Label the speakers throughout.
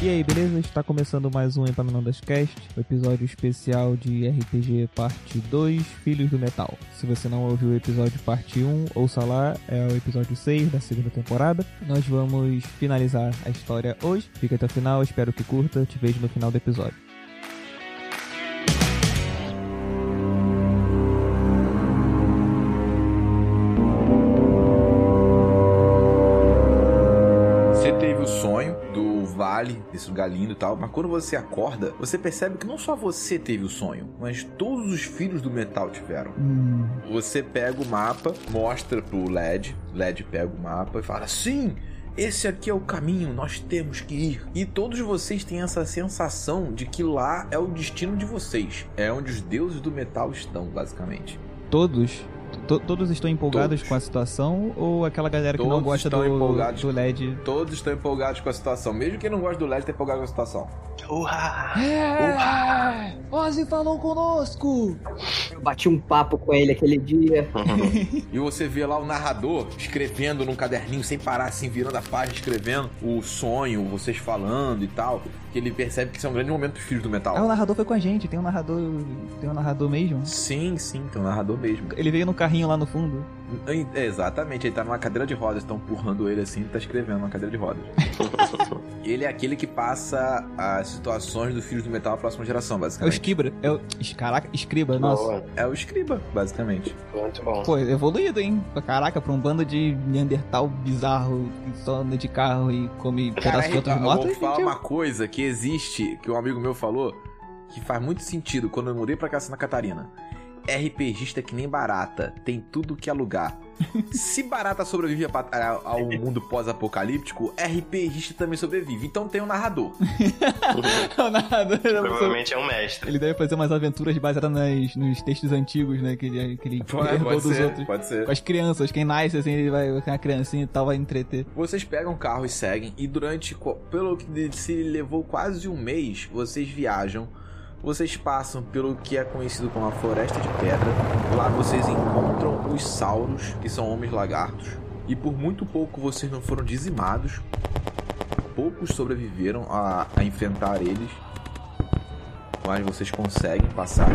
Speaker 1: E aí, beleza? Está começando mais um Empaminondas Cast, o episódio especial de RPG Parte 2, Filhos do Metal. Se você não ouviu o episódio Parte 1, ouça lá, é o episódio 6 da segunda temporada. Nós vamos finalizar a história hoje. Fica até o final, espero que curta. Te vejo no final do episódio.
Speaker 2: Você teve o sonho do vale, desse lugar lindo e tal, mas quando você acorda, você percebe que não só você teve o sonho, mas todos os filhos do metal tiveram. Você pega o mapa, mostra pro LED, LED pega o mapa e fala: Sim, esse aqui é o caminho, nós temos que ir. E todos vocês têm essa sensação de que lá é o destino de vocês. É onde os deuses do metal estão, basicamente.
Speaker 1: Todos. to- todos estão empolgados
Speaker 2: Todos.
Speaker 1: com a situação ou aquela galera que não
Speaker 2: Todos
Speaker 1: gosta
Speaker 2: estão
Speaker 1: do,
Speaker 2: empolgados.
Speaker 1: do LED?
Speaker 2: Todos estão empolgados com a situação. Mesmo quem não gosta do LED tá empolgado com a situação.
Speaker 3: Urra!
Speaker 1: É! Ozzy falou conosco!
Speaker 4: Eu bati um papo com ele aquele dia.
Speaker 2: E você vê lá o narrador escrevendo num caderninho sem parar, assim, virando a página, escrevendo o sonho, vocês falando e tal. Que ele percebe que isso é um grande momento dos filhos do
Speaker 1: Ah, o
Speaker 2: metal.
Speaker 1: narrador foi com a gente, tem um narrador. Tem um narrador mesmo?
Speaker 2: Sim, sim, tem um narrador mesmo.
Speaker 1: Ele veio no carrinho lá no fundo.
Speaker 2: É, Exatamente, ele tá numa cadeira de rodas, estão empurrando ele assim, ele tá escrevendo numa cadeira de rodas. ele é aquele que passa as situações dos filhos do metal à próxima geração,
Speaker 1: É o
Speaker 2: basicamente.
Speaker 1: Esquibra. É o. es- Caraca, Escriba, nossa.
Speaker 3: Boa,
Speaker 2: É o escriba, basicamente.
Speaker 3: muito bom.
Speaker 1: Pô, evoluído, hein? Caraca, pra um bando de Neandertal bizarro que só anda de carro e come pedaço de outros
Speaker 2: eu
Speaker 1: motos.
Speaker 2: vou falar
Speaker 1: gente, é
Speaker 2: uma coisa que existe, que um amigo meu falou, que faz muito sentido quando eu mudei pra cá, Santa Catarina. RPGista é que nem barata, tem tudo que alugar. Se barata sobrevive a pat- a- ao mundo pós-apocalíptico, RPGista também sobrevive. Então tem um narrador.
Speaker 1: um não, nada.
Speaker 3: Provavelmente é um mestre.
Speaker 1: Ele deve fazer umas aventuras baseadas nas- nos textos antigos, né? Que ele, que ele herdou dos outros.
Speaker 2: pode ser.
Speaker 1: Com as crianças, quem nasce assim, ele vai com a criancinha e tal, vai entreter.
Speaker 2: Vocês pegam o carro e seguem, e durante, co- pelo que se levou quase um mês, vocês viajam. Vocês passam pelo que é conhecido como a Floresta de Pedra. Lá vocês encontram os Sauros, que são homens lagartos. E por muito pouco vocês não foram dizimados. Poucos sobreviveram a, a enfrentar eles. Mas vocês conseguem passar.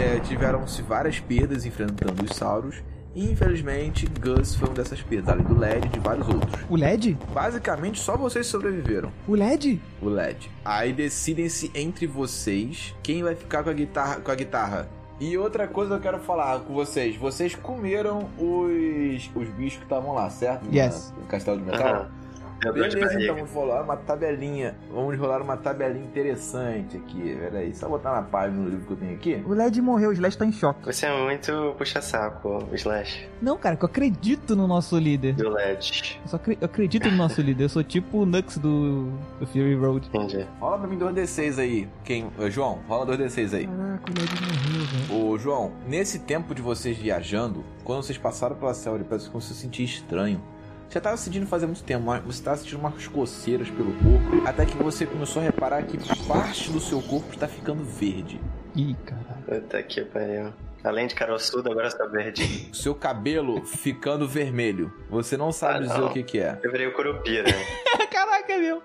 Speaker 2: É, Tiveram-se várias perdas enfrentando os Sauros. E infelizmente, Gus foi um dessas perdas, além do Led e de vários outros.
Speaker 1: O LED?
Speaker 2: Basicamente, só vocês sobreviveram,
Speaker 1: O LED?
Speaker 2: o LED. Aí decidem-se entre vocês quem vai ficar com a guitarra. Com a guitarra. E outra coisa que eu quero falar com vocês. Vocês comeram os, os bichos que estavam lá, certo?
Speaker 1: Yes.
Speaker 2: Na- No castelo de metal?
Speaker 3: Aham. Eu tô Tá. de
Speaker 2: Beleza, então
Speaker 3: barriga.
Speaker 2: vamos rolar uma tabelinha. Vamos rolar uma tabelinha interessante aqui. Peraí, só botar na página do livro que eu tenho aqui.
Speaker 1: O LED morreu, o Slash tá em choque.
Speaker 3: Você é muito puxa-saco, Slash,
Speaker 1: Não, cara, que eu acredito no nosso líder.
Speaker 3: do LED.
Speaker 1: Eu só acre- eu acredito no nosso líder. Eu sou tipo o Nux do, do Fury Road.
Speaker 3: Entendi.
Speaker 2: Rola pra mim 2D6 aí. Quem? Ô, João, rola 2D6 aí.
Speaker 1: Caraca, o LED morreu, velho.
Speaker 2: Ô João, nesse tempo de vocês viajando, quando vocês passaram pela selva, parece que você se sentia estranho. Você tava sentindo fazer muito tempo, mas você tava sentindo umas coceiras pelo corpo, até que você começou a reparar que parte do seu corpo está ficando verde.
Speaker 1: Ih, caralho.
Speaker 3: Puta que pariu. Além de caroçudo, agora eu sou verde.
Speaker 2: O Seu cabelo ficando vermelho. Você não sabe
Speaker 3: Ah,
Speaker 2: dizer
Speaker 3: não.
Speaker 2: o que que é.
Speaker 3: Eu virei o né? Curupira.
Speaker 1: Caraca, meu.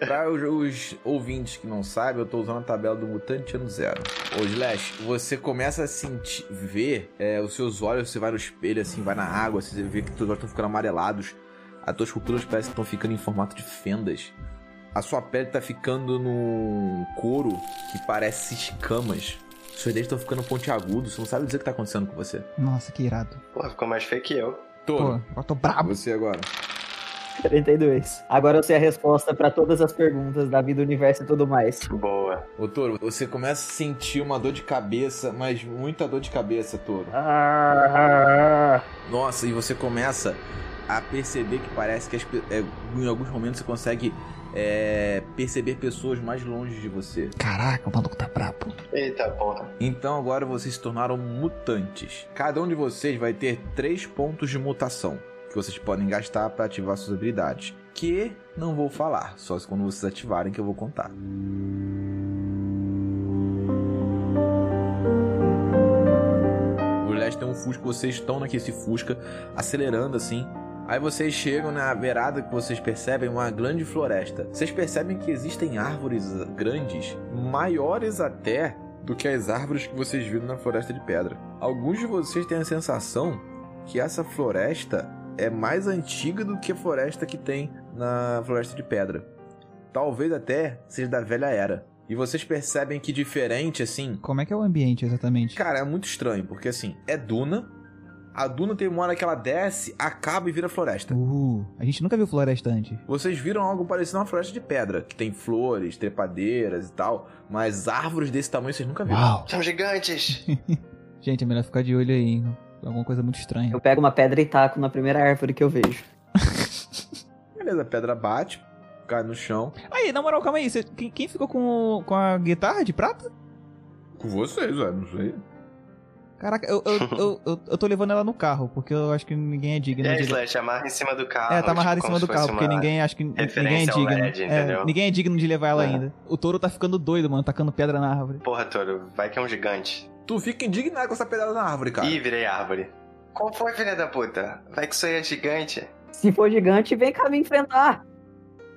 Speaker 2: Para os, os ouvintes que não sabem, eu tô usando a tabela do Mutante Ano Zero. Ô, Slash, você começa a sentir, ver é, os seus olhos, você vai no espelho, assim, vai na água, assim, você vê que os olhos estão ficando amarelados, as tuas pupilas parecem que estão ficando em formato de fendas. A sua pele tá ficando num couro que parece escamas. Seus dentes estão ficando pontiagudos, você não sabe dizer o que tá acontecendo com você.
Speaker 1: Nossa, que irado.
Speaker 3: Porra, ficou mais feio que eu.
Speaker 1: Pô,
Speaker 2: Todo.
Speaker 1: eu tô brabo.
Speaker 2: Você agora.
Speaker 4: 32. Agora eu sei a resposta pra todas as perguntas da vida, universo e tudo mais.
Speaker 3: Boa.
Speaker 2: Ô, Toro, você começa a sentir uma dor de cabeça, mas muita dor de cabeça, Toro.
Speaker 4: Ah,
Speaker 2: Nossa, e você começa a perceber que parece que as pe- é, em alguns momentos você consegue é, perceber pessoas mais longe de você.
Speaker 1: Caraca, o maluco tá brabo.
Speaker 3: Eita porra.
Speaker 2: Então agora vocês se tornaram mutantes. Cada um de vocês vai ter três pontos de mutação que vocês podem gastar para ativar suas habilidades. Que não vou falar, só quando vocês ativarem que eu vou contar. O Leste tem um Fusca, vocês estão naquele Fusca, acelerando assim. Aí vocês chegam na beirada que vocês percebem uma grande floresta. Vocês percebem que existem árvores grandes, maiores até do que as árvores que vocês viram na floresta de pedra. Alguns de vocês têm a sensação que essa floresta é mais antiga do que a floresta que tem na floresta de pedra. Talvez até seja da velha era. E vocês percebem que diferente assim,
Speaker 1: Como é que é o ambiente exatamente?
Speaker 2: Cara, é muito estranho, porque assim, é duna. A duna tem uma hora que ela desce, acaba e vira floresta.
Speaker 1: Uh, a gente nunca viu floresta antes.
Speaker 2: Vocês viram algo parecido a uma floresta de pedra, que tem flores, trepadeiras e tal, mas árvores desse tamanho vocês nunca viram.
Speaker 1: Uau!
Speaker 3: São gigantes!
Speaker 1: Gente, é melhor ficar de olho aí, hein? Alguma coisa muito estranha.
Speaker 4: Eu pego uma pedra e taco na primeira árvore que eu vejo.
Speaker 2: Beleza, a pedra bate, cai no chão.
Speaker 1: Aí, na moral, calma aí. cê- quem, quem ficou com, com a guitarra de prata?
Speaker 2: Com vocês, ué, não sei.
Speaker 1: Caraca, eu, eu, eu, eu, eu tô levando ela no carro, porque eu acho que ninguém é digno.
Speaker 3: E aí,
Speaker 1: de-
Speaker 3: Slash, amarra em cima do carro.
Speaker 1: É, tá amarrado
Speaker 3: tipo,
Speaker 1: em
Speaker 3: como
Speaker 1: cima do
Speaker 3: se fosse
Speaker 1: carro, porque
Speaker 3: uma-
Speaker 1: ninguém acho que ninguém é
Speaker 3: referência ao
Speaker 1: digno.
Speaker 3: LED,
Speaker 1: É,
Speaker 3: entendeu?
Speaker 1: ninguém é digno de levar ela
Speaker 3: É.
Speaker 1: ainda. O touro tá ficando doido, mano, tacando pedra na árvore.
Speaker 3: Porra, Toro, vai que é um gigante.
Speaker 2: Tu fica indignado com essa pedrada na árvore, cara.
Speaker 3: Ih, virei árvore. Qual foi, filha da puta? Vai que isso aí é gigante.
Speaker 4: Se for gigante, vem cá me enfrentar.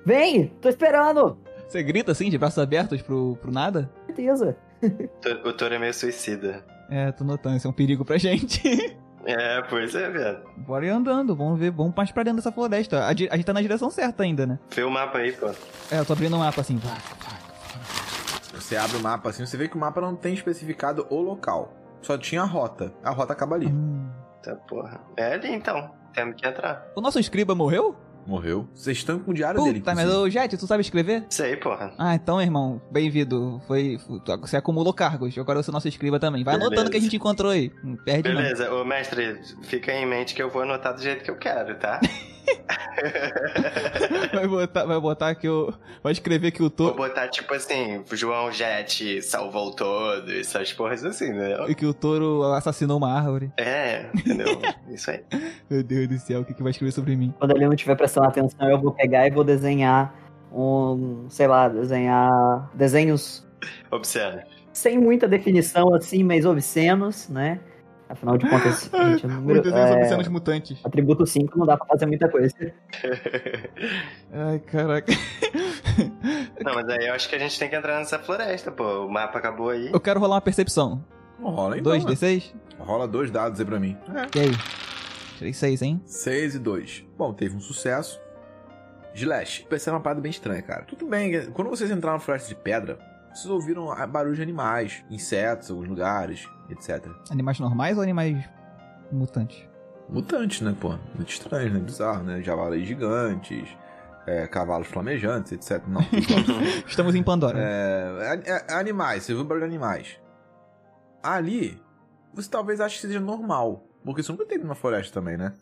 Speaker 4: Vem, tô esperando.
Speaker 1: Você grita assim, de braços abertos pro, pro nada?
Speaker 4: Certeza.
Speaker 3: To- O Toro é meio suicida.
Speaker 1: É, tô notando, isso é um perigo pra gente.
Speaker 3: É, pois é, viado.
Speaker 1: Bora ir andando, vamos ver, vamos mais pra dentro dessa floresta. A, di- a gente tá na direção certa ainda, né?
Speaker 3: Vê o mapa aí, pô.
Speaker 1: É, eu tô abrindo um mapa assim.
Speaker 2: Você abre o mapa assim, você vê que o mapa não tem especificado o local. Só tinha a rota. A rota acaba ali.
Speaker 1: Hum.
Speaker 3: Tá porra. É ali então. Temos que entrar.
Speaker 1: O nosso escriba morreu?
Speaker 2: Morreu. Vocês estão com o diário dele.
Speaker 1: Puta, mas
Speaker 2: inclusive.
Speaker 1: ô Jet, tu sabe escrever?
Speaker 3: Isso aí, porra.
Speaker 1: Ah, então, irmão, bem-vindo. Foi, fu- tu- Você acumulou cargos, agora você é nosso escriba também. Vai anotando
Speaker 3: Beleza.
Speaker 1: o que a gente encontrou aí. Não perde não.
Speaker 3: Beleza, ô mestre, fica em mente que eu vou anotar do jeito que eu quero, tá?
Speaker 1: Vai botar, vai botar que eu. Vai escrever que o
Speaker 3: Vou
Speaker 1: touro.
Speaker 3: botar tipo assim, João Jet salvou todos, essas porras assim, né?
Speaker 1: Que o touro assassinou uma árvore.
Speaker 3: É, entendeu? Isso aí.
Speaker 1: Meu Deus do céu, o que, que vai escrever sobre mim?
Speaker 4: Quando ele não estiver prestando atenção, eu vou pegar e vou desenhar um, sei lá, desenhar desenhos
Speaker 3: Observe.
Speaker 4: sem muita definição assim, mas obscenos, né? Afinal de contas, gente, o número,
Speaker 1: Ah, Muitos desenhos
Speaker 4: é,
Speaker 1: obscenos mutantes.
Speaker 4: atributo 5 não dá pra fazer muita coisa.
Speaker 1: Ai, caraca.
Speaker 3: Não, mas aí eu acho que a gente tem que entrar nessa floresta, pô. O mapa acabou aí.
Speaker 1: Eu quero rolar uma percepção.
Speaker 2: Rola então.
Speaker 1: Dois
Speaker 2: né?
Speaker 1: D6?
Speaker 2: Rola dois dados aí pra mim. É,
Speaker 1: E aí? Tirei seis, hein?
Speaker 2: 6 e 2. Bom, teve um sucesso. Slash, percebe uma parada bem estranha, cara. Tudo bem, que- quando vocês entraram na floresta de pedra, vocês ouviram a- barulho de animais, insetos, em alguns lugares, etc.
Speaker 1: Animais normais ou animais mutantes?
Speaker 2: Mutantes, né, pô? Muito estranho, né? Bizarro, né? Javalis gigantes, é, cavalos flamejantes, etc. Não,
Speaker 1: Estamos em Pandora.
Speaker 2: É, é- é animais, você viu o barulho de animais. Ali, você talvez ache que seja normal. Porque isso nunca teve na floresta também, né?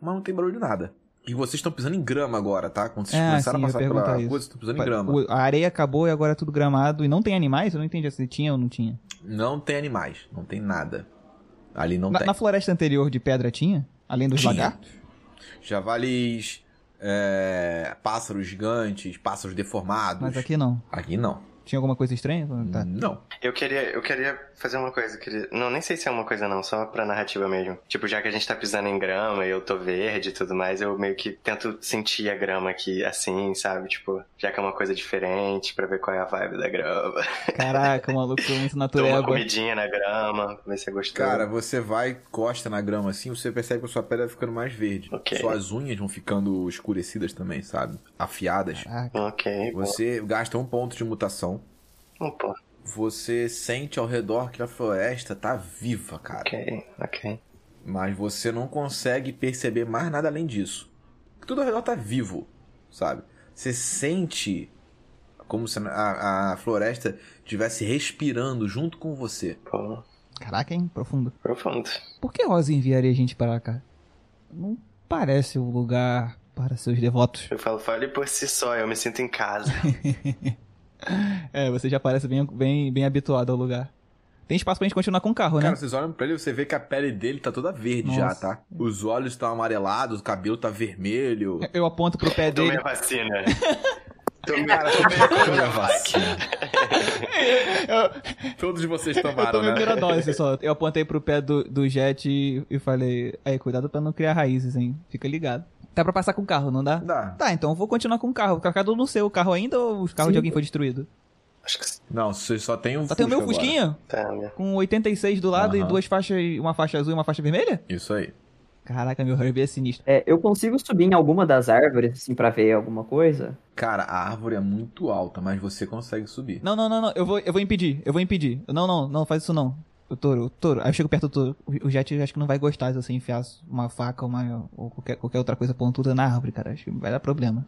Speaker 2: Mas não tem barulho de nada. E vocês estão pisando em grama agora, tá? Quando vocês
Speaker 1: É,
Speaker 2: começaram
Speaker 1: sim, eu
Speaker 2: a passar
Speaker 1: ia
Speaker 2: pela
Speaker 1: perguntar
Speaker 2: coisa,
Speaker 1: isso.
Speaker 2: vocês estão pisando É, em grama.
Speaker 1: O- A areia acabou e agora é tudo gramado. E não tem animais? Eu não entendi se tinha ou não tinha.
Speaker 2: Não tem animais, não tem nada. Ali não
Speaker 1: Na,
Speaker 2: tem.
Speaker 1: na floresta anterior de pedra tinha? Além dos
Speaker 2: Tinha.
Speaker 1: lagartos?
Speaker 2: Javalis, é, pássaros gigantes, pássaros deformados.
Speaker 1: Mas aqui não.
Speaker 2: Aqui não.
Speaker 1: Tinha alguma coisa estranha? Tá.
Speaker 2: Não.
Speaker 3: Eu queria, eu queria fazer uma coisa, eu queria... não, nem sei se é uma coisa não, só pra narrativa mesmo. Tipo, já que a gente tá pisando em grama e eu tô verde e tudo mais, eu meio que tento sentir a grama aqui, assim, sabe? Tipo, já que é uma coisa diferente, pra ver qual é a vibe da grama.
Speaker 1: Caraca, o maluco foi muito
Speaker 3: Dou uma
Speaker 1: natureba.
Speaker 3: comidinha na grama, pra ver se é gostoso.
Speaker 2: Cara, você vai, costa na grama assim, você percebe que a sua pele vai ficando mais verde.
Speaker 3: Ok.
Speaker 2: Suas unhas vão ficando escurecidas também, sabe? Afiadas.
Speaker 1: Caraca.
Speaker 3: Ok, bom.
Speaker 2: Você gasta um ponto de mutação.
Speaker 3: Não, pô,
Speaker 2: Você sente ao redor que a floresta tá viva, cara.
Speaker 3: ok, ok.
Speaker 2: Mas você não consegue perceber mais nada além disso. Tudo ao redor tá vivo, sabe? Você sente como se a, a floresta estivesse respirando junto com você.
Speaker 3: Pô,
Speaker 1: Caraca, hein? Profundo.
Speaker 3: profundo.
Speaker 1: Por que Rosa enviaria a gente para cá? Não parece um lugar para seus devotos.
Speaker 3: Eu falo, fale por si só, eu me sinto em casa.
Speaker 1: É, você já parece bem, bem, bem habituado ao lugar. Tem espaço pra gente continuar com o carro, né?
Speaker 2: Cara, vocês olham pra ele e você vê que a pele dele tá toda verde já,
Speaker 1: Nossa.
Speaker 2: tá? Os olhos estão amarelados, o cabelo tá vermelho.
Speaker 1: Eu aponto pro pé
Speaker 3: Tomei
Speaker 1: dele.
Speaker 3: a vacina.
Speaker 2: Então, cara, tomei a vacina.
Speaker 1: Eu,
Speaker 2: Todos vocês
Speaker 1: eu
Speaker 2: tomaram,
Speaker 1: tomei a
Speaker 2: né?
Speaker 1: primeira dose só. Eu apontei pro pé do, do Jet e, e falei: Aí, cuidado pra não criar raízes, hein? Fica ligado. Dá pra passar com o carro, não dá?
Speaker 2: Dá.
Speaker 1: Tá, então eu vou continuar com o carro. Cada um no seu carro ainda ou os carros
Speaker 2: Sim.
Speaker 1: de alguém foi destruído?
Speaker 3: Acho que sim,
Speaker 2: Não, você só tem um
Speaker 1: Só tem o meu
Speaker 2: Fusca agora.
Speaker 1: Fusquinho?
Speaker 3: tá, né?
Speaker 1: Com 86 do lado e
Speaker 2: Aham.
Speaker 1: duas faixas, uma faixa azul e uma faixa vermelha?
Speaker 2: Isso aí.
Speaker 1: Caraca, meu Herbie é sinistro.
Speaker 4: É, eu consigo subir em alguma das árvores, assim, pra ver alguma coisa?
Speaker 2: Cara, a árvore é muito alta, mas você consegue subir.
Speaker 1: Não, não, não, não. Eu vou, eu vou impedir. Eu vou impedir. Não, não, não, faz isso não. O touro, o touro. Aí eu chego perto do touro. O o Jet eu acho que não vai gostar se você enfiar uma faca uma, ou qualquer, qualquer outra coisa pontuda na árvore, cara. Acho que vai dar problema.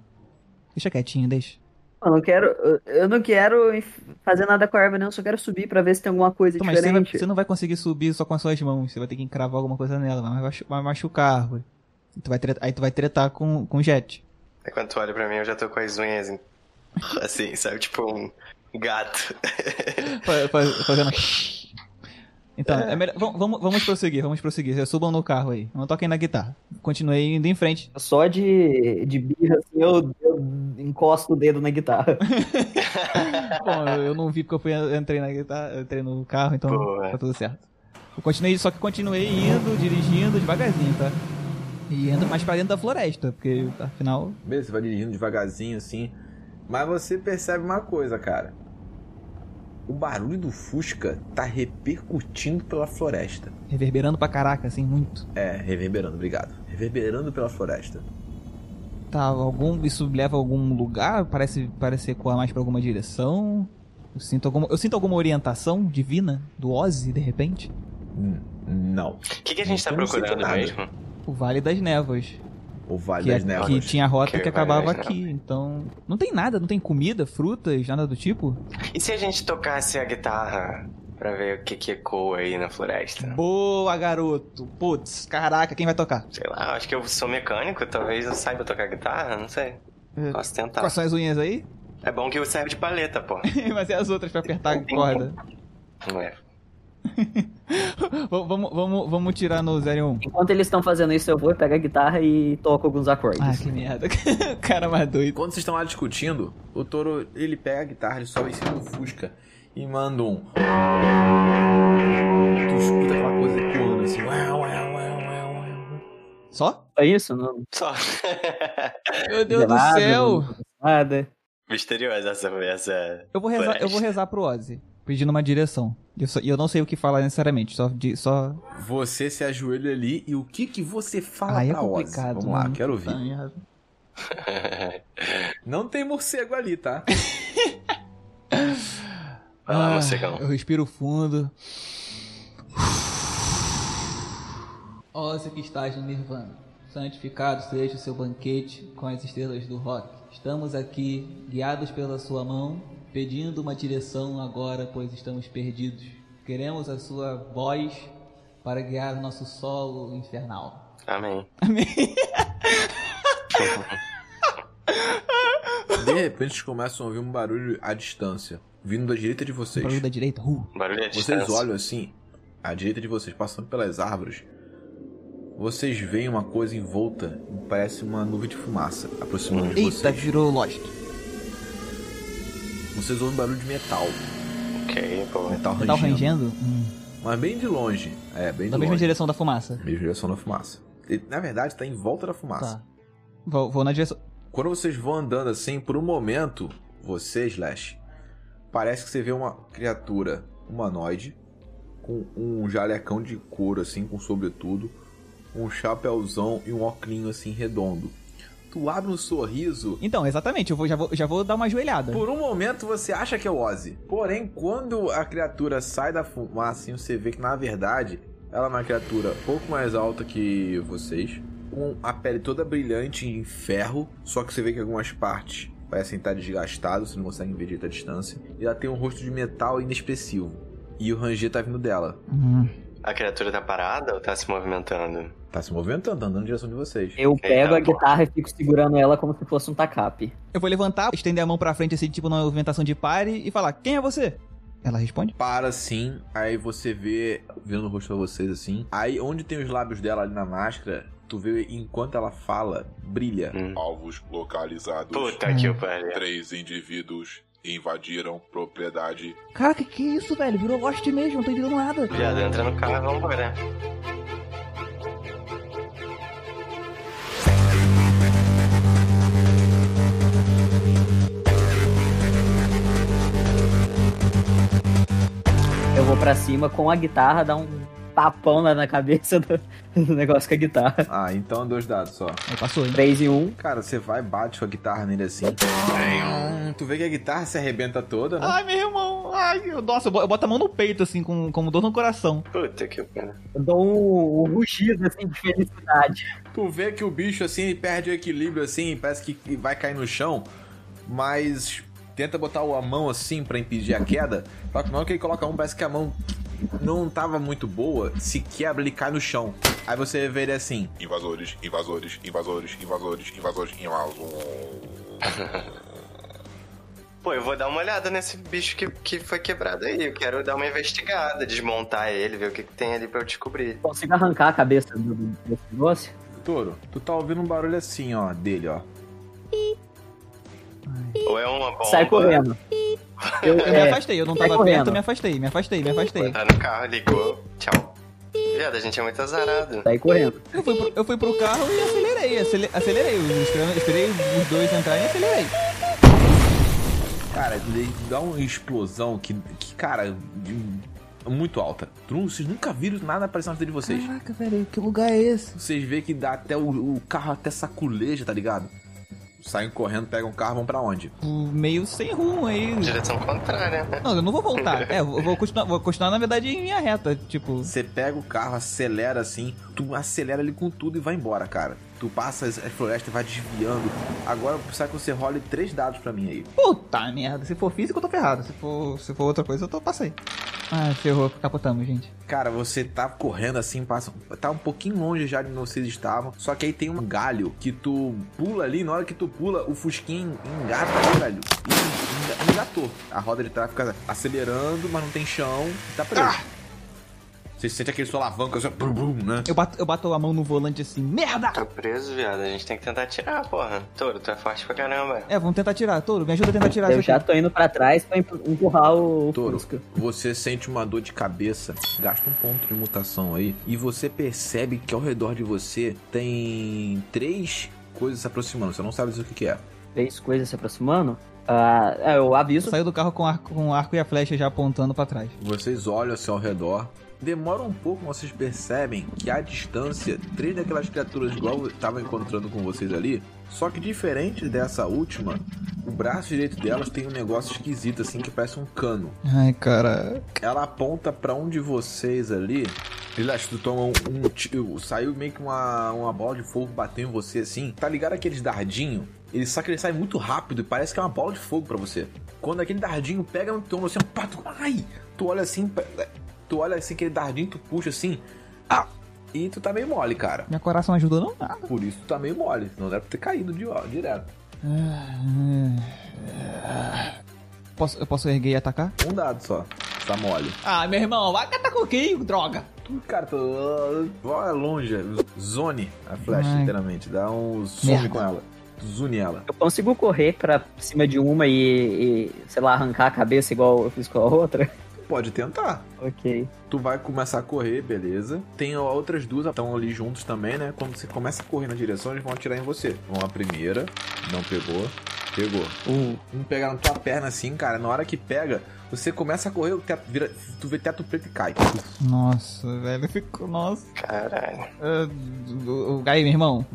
Speaker 1: Deixa quietinho, deixa.
Speaker 4: Eu não quero, eu- eu não quero enf- fazer nada com a árvore, não. Eu só quero subir pra ver se tem alguma coisa
Speaker 1: Então, mas você, vai-
Speaker 4: diferente.
Speaker 1: você não vai conseguir subir só com as suas mãos. Você vai ter que encravar alguma coisa nela. Mas vai machu- vai machucar a árvore. E tu vai treta- aí tu vai tretar com, com o Jet.
Speaker 3: Aí quando tu olha pra mim, eu já tô com as unhas em- assim, sabe? Tipo um gato.
Speaker 1: Fa- fa- Fazendo. Então, é melhor. Vamos, vamos, vamos prosseguir, vamos prosseguir. Vocês Subam no carro aí. Não toquem na guitarra. Continuei indo em frente.
Speaker 4: Só de, de birra, assim, eu, eu encosto o dedo na guitarra.
Speaker 1: Bom, eu, eu não vi porque eu, fui, eu entrei na guitarra, eu entrei no carro, então
Speaker 3: Boa.
Speaker 1: tá tudo certo. Eu continuei, só que continuei indo, dirigindo devagarzinho, tá? E indo mais pra dentro da floresta, porque afinal.
Speaker 2: Beleza, você vai dirigindo devagarzinho assim. Mas você percebe uma coisa, cara. O barulho do Fusca tá repercutindo pela floresta.
Speaker 1: Reverberando pra caraca, assim, muito.
Speaker 2: É, reverberando, obrigado. Reverberando pela floresta.
Speaker 1: Tá, algum. Isso leva a algum lugar? Parece, parece ecoar mais pra alguma direção? Eu sinto alguma, eu sinto alguma orientação divina do Ozzy, de repente?
Speaker 2: Hum, Não.
Speaker 3: O que, que a gente tá
Speaker 2: Eu não sei de
Speaker 3: procurando
Speaker 2: nada.
Speaker 3: mesmo?
Speaker 1: O Vale das Névoas.
Speaker 2: O Vale
Speaker 1: que, é
Speaker 2: das
Speaker 1: que
Speaker 2: Névoas.
Speaker 1: tinha a rota
Speaker 3: Que
Speaker 1: que,
Speaker 3: Vale
Speaker 1: acabava
Speaker 3: das
Speaker 1: aqui. Então. Não tem nada, não tem comida, frutas, nada do tipo?
Speaker 3: E se a gente tocasse a guitarra pra ver o que, que ecoa aí na floresta?
Speaker 1: Boa, garoto. Putz, caraca, quem vai tocar?
Speaker 3: Sei lá, acho que eu sou mecânico, talvez eu saiba tocar guitarra, não sei.
Speaker 1: É.
Speaker 3: Posso tentar.
Speaker 2: Tá.
Speaker 1: Quais são as unhas aí?
Speaker 3: É bom que eu serve de paleta, pô.
Speaker 1: Mas e as outras pra apertar
Speaker 2: um
Speaker 1: a corda?
Speaker 3: Não é.
Speaker 1: V- vamos, vamos, vamos tirar no 0 e 1.
Speaker 4: Enquanto eles estão fazendo isso, eu vou pegar a guitarra e toco alguns acordes.
Speaker 1: Ah, que merda. O cara mais doido.
Speaker 2: Quando vocês estão lá discutindo, o touro ele pega a guitarra, ele sobe em cima do Fusca e manda um. Tu escuta aquela coisa ecoando assim. uau, uau, uau, uau, uau.
Speaker 1: Só?
Speaker 4: É isso? Não,
Speaker 3: Só.
Speaker 1: Meu Deus do
Speaker 4: gelado,
Speaker 1: céu.
Speaker 2: né?
Speaker 4: não- Nada.
Speaker 3: Misteriosa essa. essa...
Speaker 1: Eu vou rezar, eu vou rezar pro Ozzy, pedindo uma direção. E eu, só- e eu não sei o que falar necessariamente, só. De, só...
Speaker 2: Você se ajoelha ali e o que que você fala
Speaker 1: Aí é
Speaker 2: pra Ozzy?
Speaker 1: complicado.
Speaker 2: Vamos lá,
Speaker 1: mano.
Speaker 2: quero
Speaker 1: Tá
Speaker 2: ouvir.
Speaker 1: merda.
Speaker 2: Não tem morcego ali, tá?
Speaker 3: Vai
Speaker 2: Ah.
Speaker 3: lá, morcegão.
Speaker 1: Ah, Eu respiro fundo. Ó, você que estás no Nirvana, santificado seja o seu banquete com as estrelas do rock. Estamos aqui, guiados pela sua mão, pedindo uma direção agora, pois estamos perdidos. Queremos a sua voz para guiar o nosso solo infernal.
Speaker 3: Amém.
Speaker 2: De repente vocês começam a ouvir um barulho à distância, vindo da direita de vocês.
Speaker 1: Barulho da direita, uh.
Speaker 3: Barulho é
Speaker 2: Vocês olham assim, à direita de vocês, passando pelas árvores. Vocês veem uma coisa envolta, e parece uma nuvem de fumaça aproximando de
Speaker 1: Eita,
Speaker 2: vocês.
Speaker 1: virou Lost.
Speaker 2: Vocês ouvem barulho de metal,
Speaker 3: Ok, pô.
Speaker 2: metal
Speaker 1: Tá
Speaker 2: rangendo,
Speaker 1: rangendo? Hum.
Speaker 2: mas bem de longe, é bem de
Speaker 1: Na mesma
Speaker 2: longe,
Speaker 1: direção da fumaça.
Speaker 2: mesma direção da fumaça. E, na verdade, tá em volta da fumaça.
Speaker 1: Tá. Vou, vou na direção.
Speaker 2: Quando vocês vão andando assim, por um momento, você, Slash, parece que você vê uma criatura humanoide com um jalecão de couro, assim, com sobretudo, um chapéuzão e um óculinho, assim, redondo. Tu abre um sorriso.
Speaker 1: Então, exatamente, eu vou, já, vou, já vou dar uma ajoelhada.
Speaker 2: Por um momento você acha que é o Ozzy. Porém, quando a criatura sai da fumaça, assim, você vê que, na verdade, ela é uma criatura pouco mais alta que vocês, com a pele toda brilhante em ferro, só que você vê que algumas partes parecem estar desgastadas, você não consegue ver direito a distância, e ela tem um rosto de metal inexpressivo. E o ranger tá vindo dela.
Speaker 1: Hum.
Speaker 3: A criatura tá parada ou tá se movimentando?
Speaker 2: Tá se movimentando, tá andando na direção de vocês.
Speaker 4: Eu pego a
Speaker 3: Eita,
Speaker 4: guitarra e fico segurando ela como se fosse um tacape.
Speaker 1: Eu vou levantar, estender a mão pra frente, assim, tipo numa movimentação de pare, e falar: Quem é você? Ela responde:
Speaker 2: Para assim, aí você vê, vendo o rosto pra vocês assim, aí onde tem os lábios dela ali na máscara, tu vê enquanto ela fala, brilha.
Speaker 3: Hum.
Speaker 5: Alvos localizados.
Speaker 3: Puta que o pariu.
Speaker 5: Três indivíduos invadiram propriedade.
Speaker 1: Cara, que que é isso, velho? Virou Lost mesmo, não tô entendendo nada.
Speaker 3: Viado, entra no carro e vambora.
Speaker 4: pra cima com a guitarra, dá um tapão lá na cabeça do, do negócio com a guitarra.
Speaker 2: Ah, então dois dados só.
Speaker 1: Aí passou, hein?
Speaker 4: 3 e 1.
Speaker 2: Cara, você vai, bate com a guitarra nele assim. Hum, Tu vê que a guitarra se arrebenta toda, né?
Speaker 1: Ai, meu irmão. Ai, meu... Nossa, eu bo- eu boto a mão no peito, assim, com, com dor no coração.
Speaker 3: Puta que pena.
Speaker 4: Eu dou um, um rugido assim de felicidade.
Speaker 2: Tu vê que o bicho assim ele perde o equilíbrio assim, parece que vai cair no chão, mas tenta botar a mão assim pra impedir a queda. Só que na hora que ele coloca a mão, parece que a mão não tava muito boa, se quebra ele cai no chão. Aí você vê ele assim.
Speaker 5: Invasores, invasores, invasores, invasores, invasores, invasores.
Speaker 3: Pô, eu vou dar uma olhada nesse bicho que, que foi quebrado aí. Eu quero dar uma investigada, desmontar ele, ver o que, que tem ali pra eu descobrir.
Speaker 4: Consigo arrancar a cabeça do, desse negócio?
Speaker 2: Toro, tu tá ouvindo um barulho assim, ó, dele, ó.
Speaker 3: Ou é uma bomba.
Speaker 4: Sai correndo. Eu,
Speaker 1: Eu me
Speaker 4: é,
Speaker 1: afastei, eu não
Speaker 4: sai
Speaker 1: tava
Speaker 4: correndo.
Speaker 1: perto, eu me afastei, me afastei, me afastei.
Speaker 3: Tá no carro, ligou. Tchau. Viado, a gente é muito azarado.
Speaker 4: sai correndo.
Speaker 1: Eu fui, pro, eu fui pro carro e acelerei, acele- acelerei. os- Esperei, esperei os dois entrarem e acelerei.
Speaker 2: Cara, ele dá uma explosão que, que cara, de- um, muito alta. Tu não- Vocês nunca viram nada parecendo na vida de vocês.
Speaker 1: Caraca, velho, que lugar é esse?
Speaker 2: Vocês vê que dá até o, o carro até saculeja, tá ligado? Saem correndo, pegam o carro, vão pra onde?
Speaker 1: Meio sem rumo aí.
Speaker 3: Direção contrária, né?
Speaker 1: Não, eu não vou voltar. É, eu vou vou continuar, vou continuar na verdade em linha reta, tipo.
Speaker 2: Você pega o carro, acelera assim, tu acelera ele com tudo e vai embora, cara. Tu passa as, as florestas e vai desviando. Agora precisa que você role três dados pra mim aí.
Speaker 1: Puta merda, se for físico eu tô ferrado, se for, se for outra coisa eu tô passei. Ah, ferrou, capotamos, gente.
Speaker 2: Cara, você tá correndo assim, passa, tá um pouquinho longe já de onde vocês estavam. Só que aí tem um galho que tu pula ali. Na hora que tu pula, o fusquinho engata, velho. E enga- engatou. A roda de trás fica acelerando, mas não tem chão. e Tá preso. Você sente aquele solavanco, assim, brum, brum, né?
Speaker 1: Eu bato, eu bato a mão no volante assim, merda!
Speaker 3: Tô preso, viado. A gente tem que tentar tirar, porra. Toro, tu é forte pra caramba.
Speaker 1: É, vamos tentar tirar, Toro, me ajuda a tentar tirar
Speaker 4: Eu
Speaker 1: isso
Speaker 4: já
Speaker 1: aqui.
Speaker 4: tô indo pra trás pra empu- empurrar o o
Speaker 2: Touro,
Speaker 4: Fusca.
Speaker 2: você sente uma dor de cabeça, gasta um ponto de mutação aí, e você percebe que ao redor de você tem três coisas se aproximando. Você não sabe dizer o que, que é.
Speaker 4: Três coisas se aproximando. Ah, é, eu aviso.
Speaker 1: Saiu do carro com o arco, com o arco e a flecha já apontando pra trás.
Speaker 2: Vocês olham assim ao redor. Demora um pouco, mas vocês percebem que à distância, três daquelas criaturas igual eu tava encontrando com vocês ali, só que diferente dessa última, o braço direito delas tem um negócio esquisito assim que parece um cano.
Speaker 1: Ai, cara.
Speaker 2: Ela aponta pra um de vocês ali. Eles tomam um tiro. Saiu meio que uma, uma bola de fogo bateu em você assim. Tá ligado aqueles dardinho? Ele só que ele sai muito rápido e parece que é uma bola de fogo pra você. Quando aquele dardinho pega no teu ombro assim, pá, tu, ai! Tu olha assim, pa- tu olha assim aquele dardinho, tu puxa assim, ah! E tu tá meio mole, cara.
Speaker 1: Minha coração ajudou não? Ah,
Speaker 2: Por isso tu tá meio mole. Não deve ter caído de, ó, direto.
Speaker 1: Ah, Posso, eu posso erguer e atacar?
Speaker 2: Um dado só. Tá mole.
Speaker 1: Ah, meu irmão, vai catar coquinho, droga!
Speaker 2: Cara, tô. Vai é longe. Zone a flecha,
Speaker 1: Ai.
Speaker 2: literalmente. Dá um sume
Speaker 1: Merda.
Speaker 2: com ela. Zune ela.
Speaker 4: Eu consigo correr pra cima de uma e, e, sei lá, arrancar a cabeça igual eu fiz com a outra?
Speaker 2: Pode tentar.
Speaker 4: Ok.
Speaker 2: Tu vai começar a correr, beleza. Tem outras duas, estão ali juntos também, né? Quando você começa a correr na direção, eles vão atirar em você. Vão a primeira, não pegou, pegou.
Speaker 4: Um.
Speaker 2: Um pegar na tua perna assim, cara. Na hora que pega, você começa a correr, o teto vira, tu vê teto preto e cai.
Speaker 1: Nossa, velho, ficou. Nossa.
Speaker 3: Caralho.
Speaker 1: Ah, o- o- Aí, meu irmão.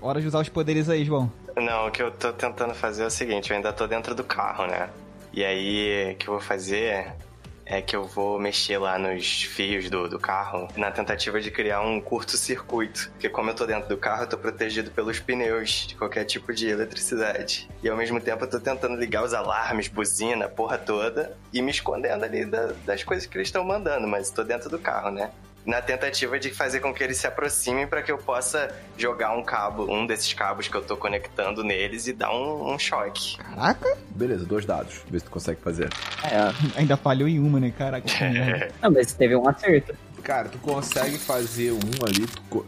Speaker 1: Hora de usar os poderes aí, João.
Speaker 3: Não, o que eu tô tentando fazer é o seguinte: eu ainda tô dentro do carro, né? E aí, o que eu vou fazer é que eu vou mexer lá nos fios do, do carro na tentativa de criar um curto-circuito. Porque, como eu tô dentro do carro, eu tô protegido pelos pneus de qualquer tipo de eletricidade. E ao mesmo tempo, eu tô tentando ligar os alarmes, buzina, porra toda e me escondendo ali da- das coisas que eles estão mandando, mas tô dentro do carro, né? na tentativa de fazer com que eles se aproximem para que eu possa jogar um cabo, um desses cabos que eu tô conectando neles e dar um, um choque.
Speaker 1: Caraca!
Speaker 2: Beleza, dois dados. Vê se tu consegue fazer.
Speaker 4: É.
Speaker 1: Ainda falhou em uma, né? Caraca. que merda.
Speaker 3: Uhum.
Speaker 4: Não, mas teve um acerto.
Speaker 2: Cara, tu consegue fazer um ali, tu, co-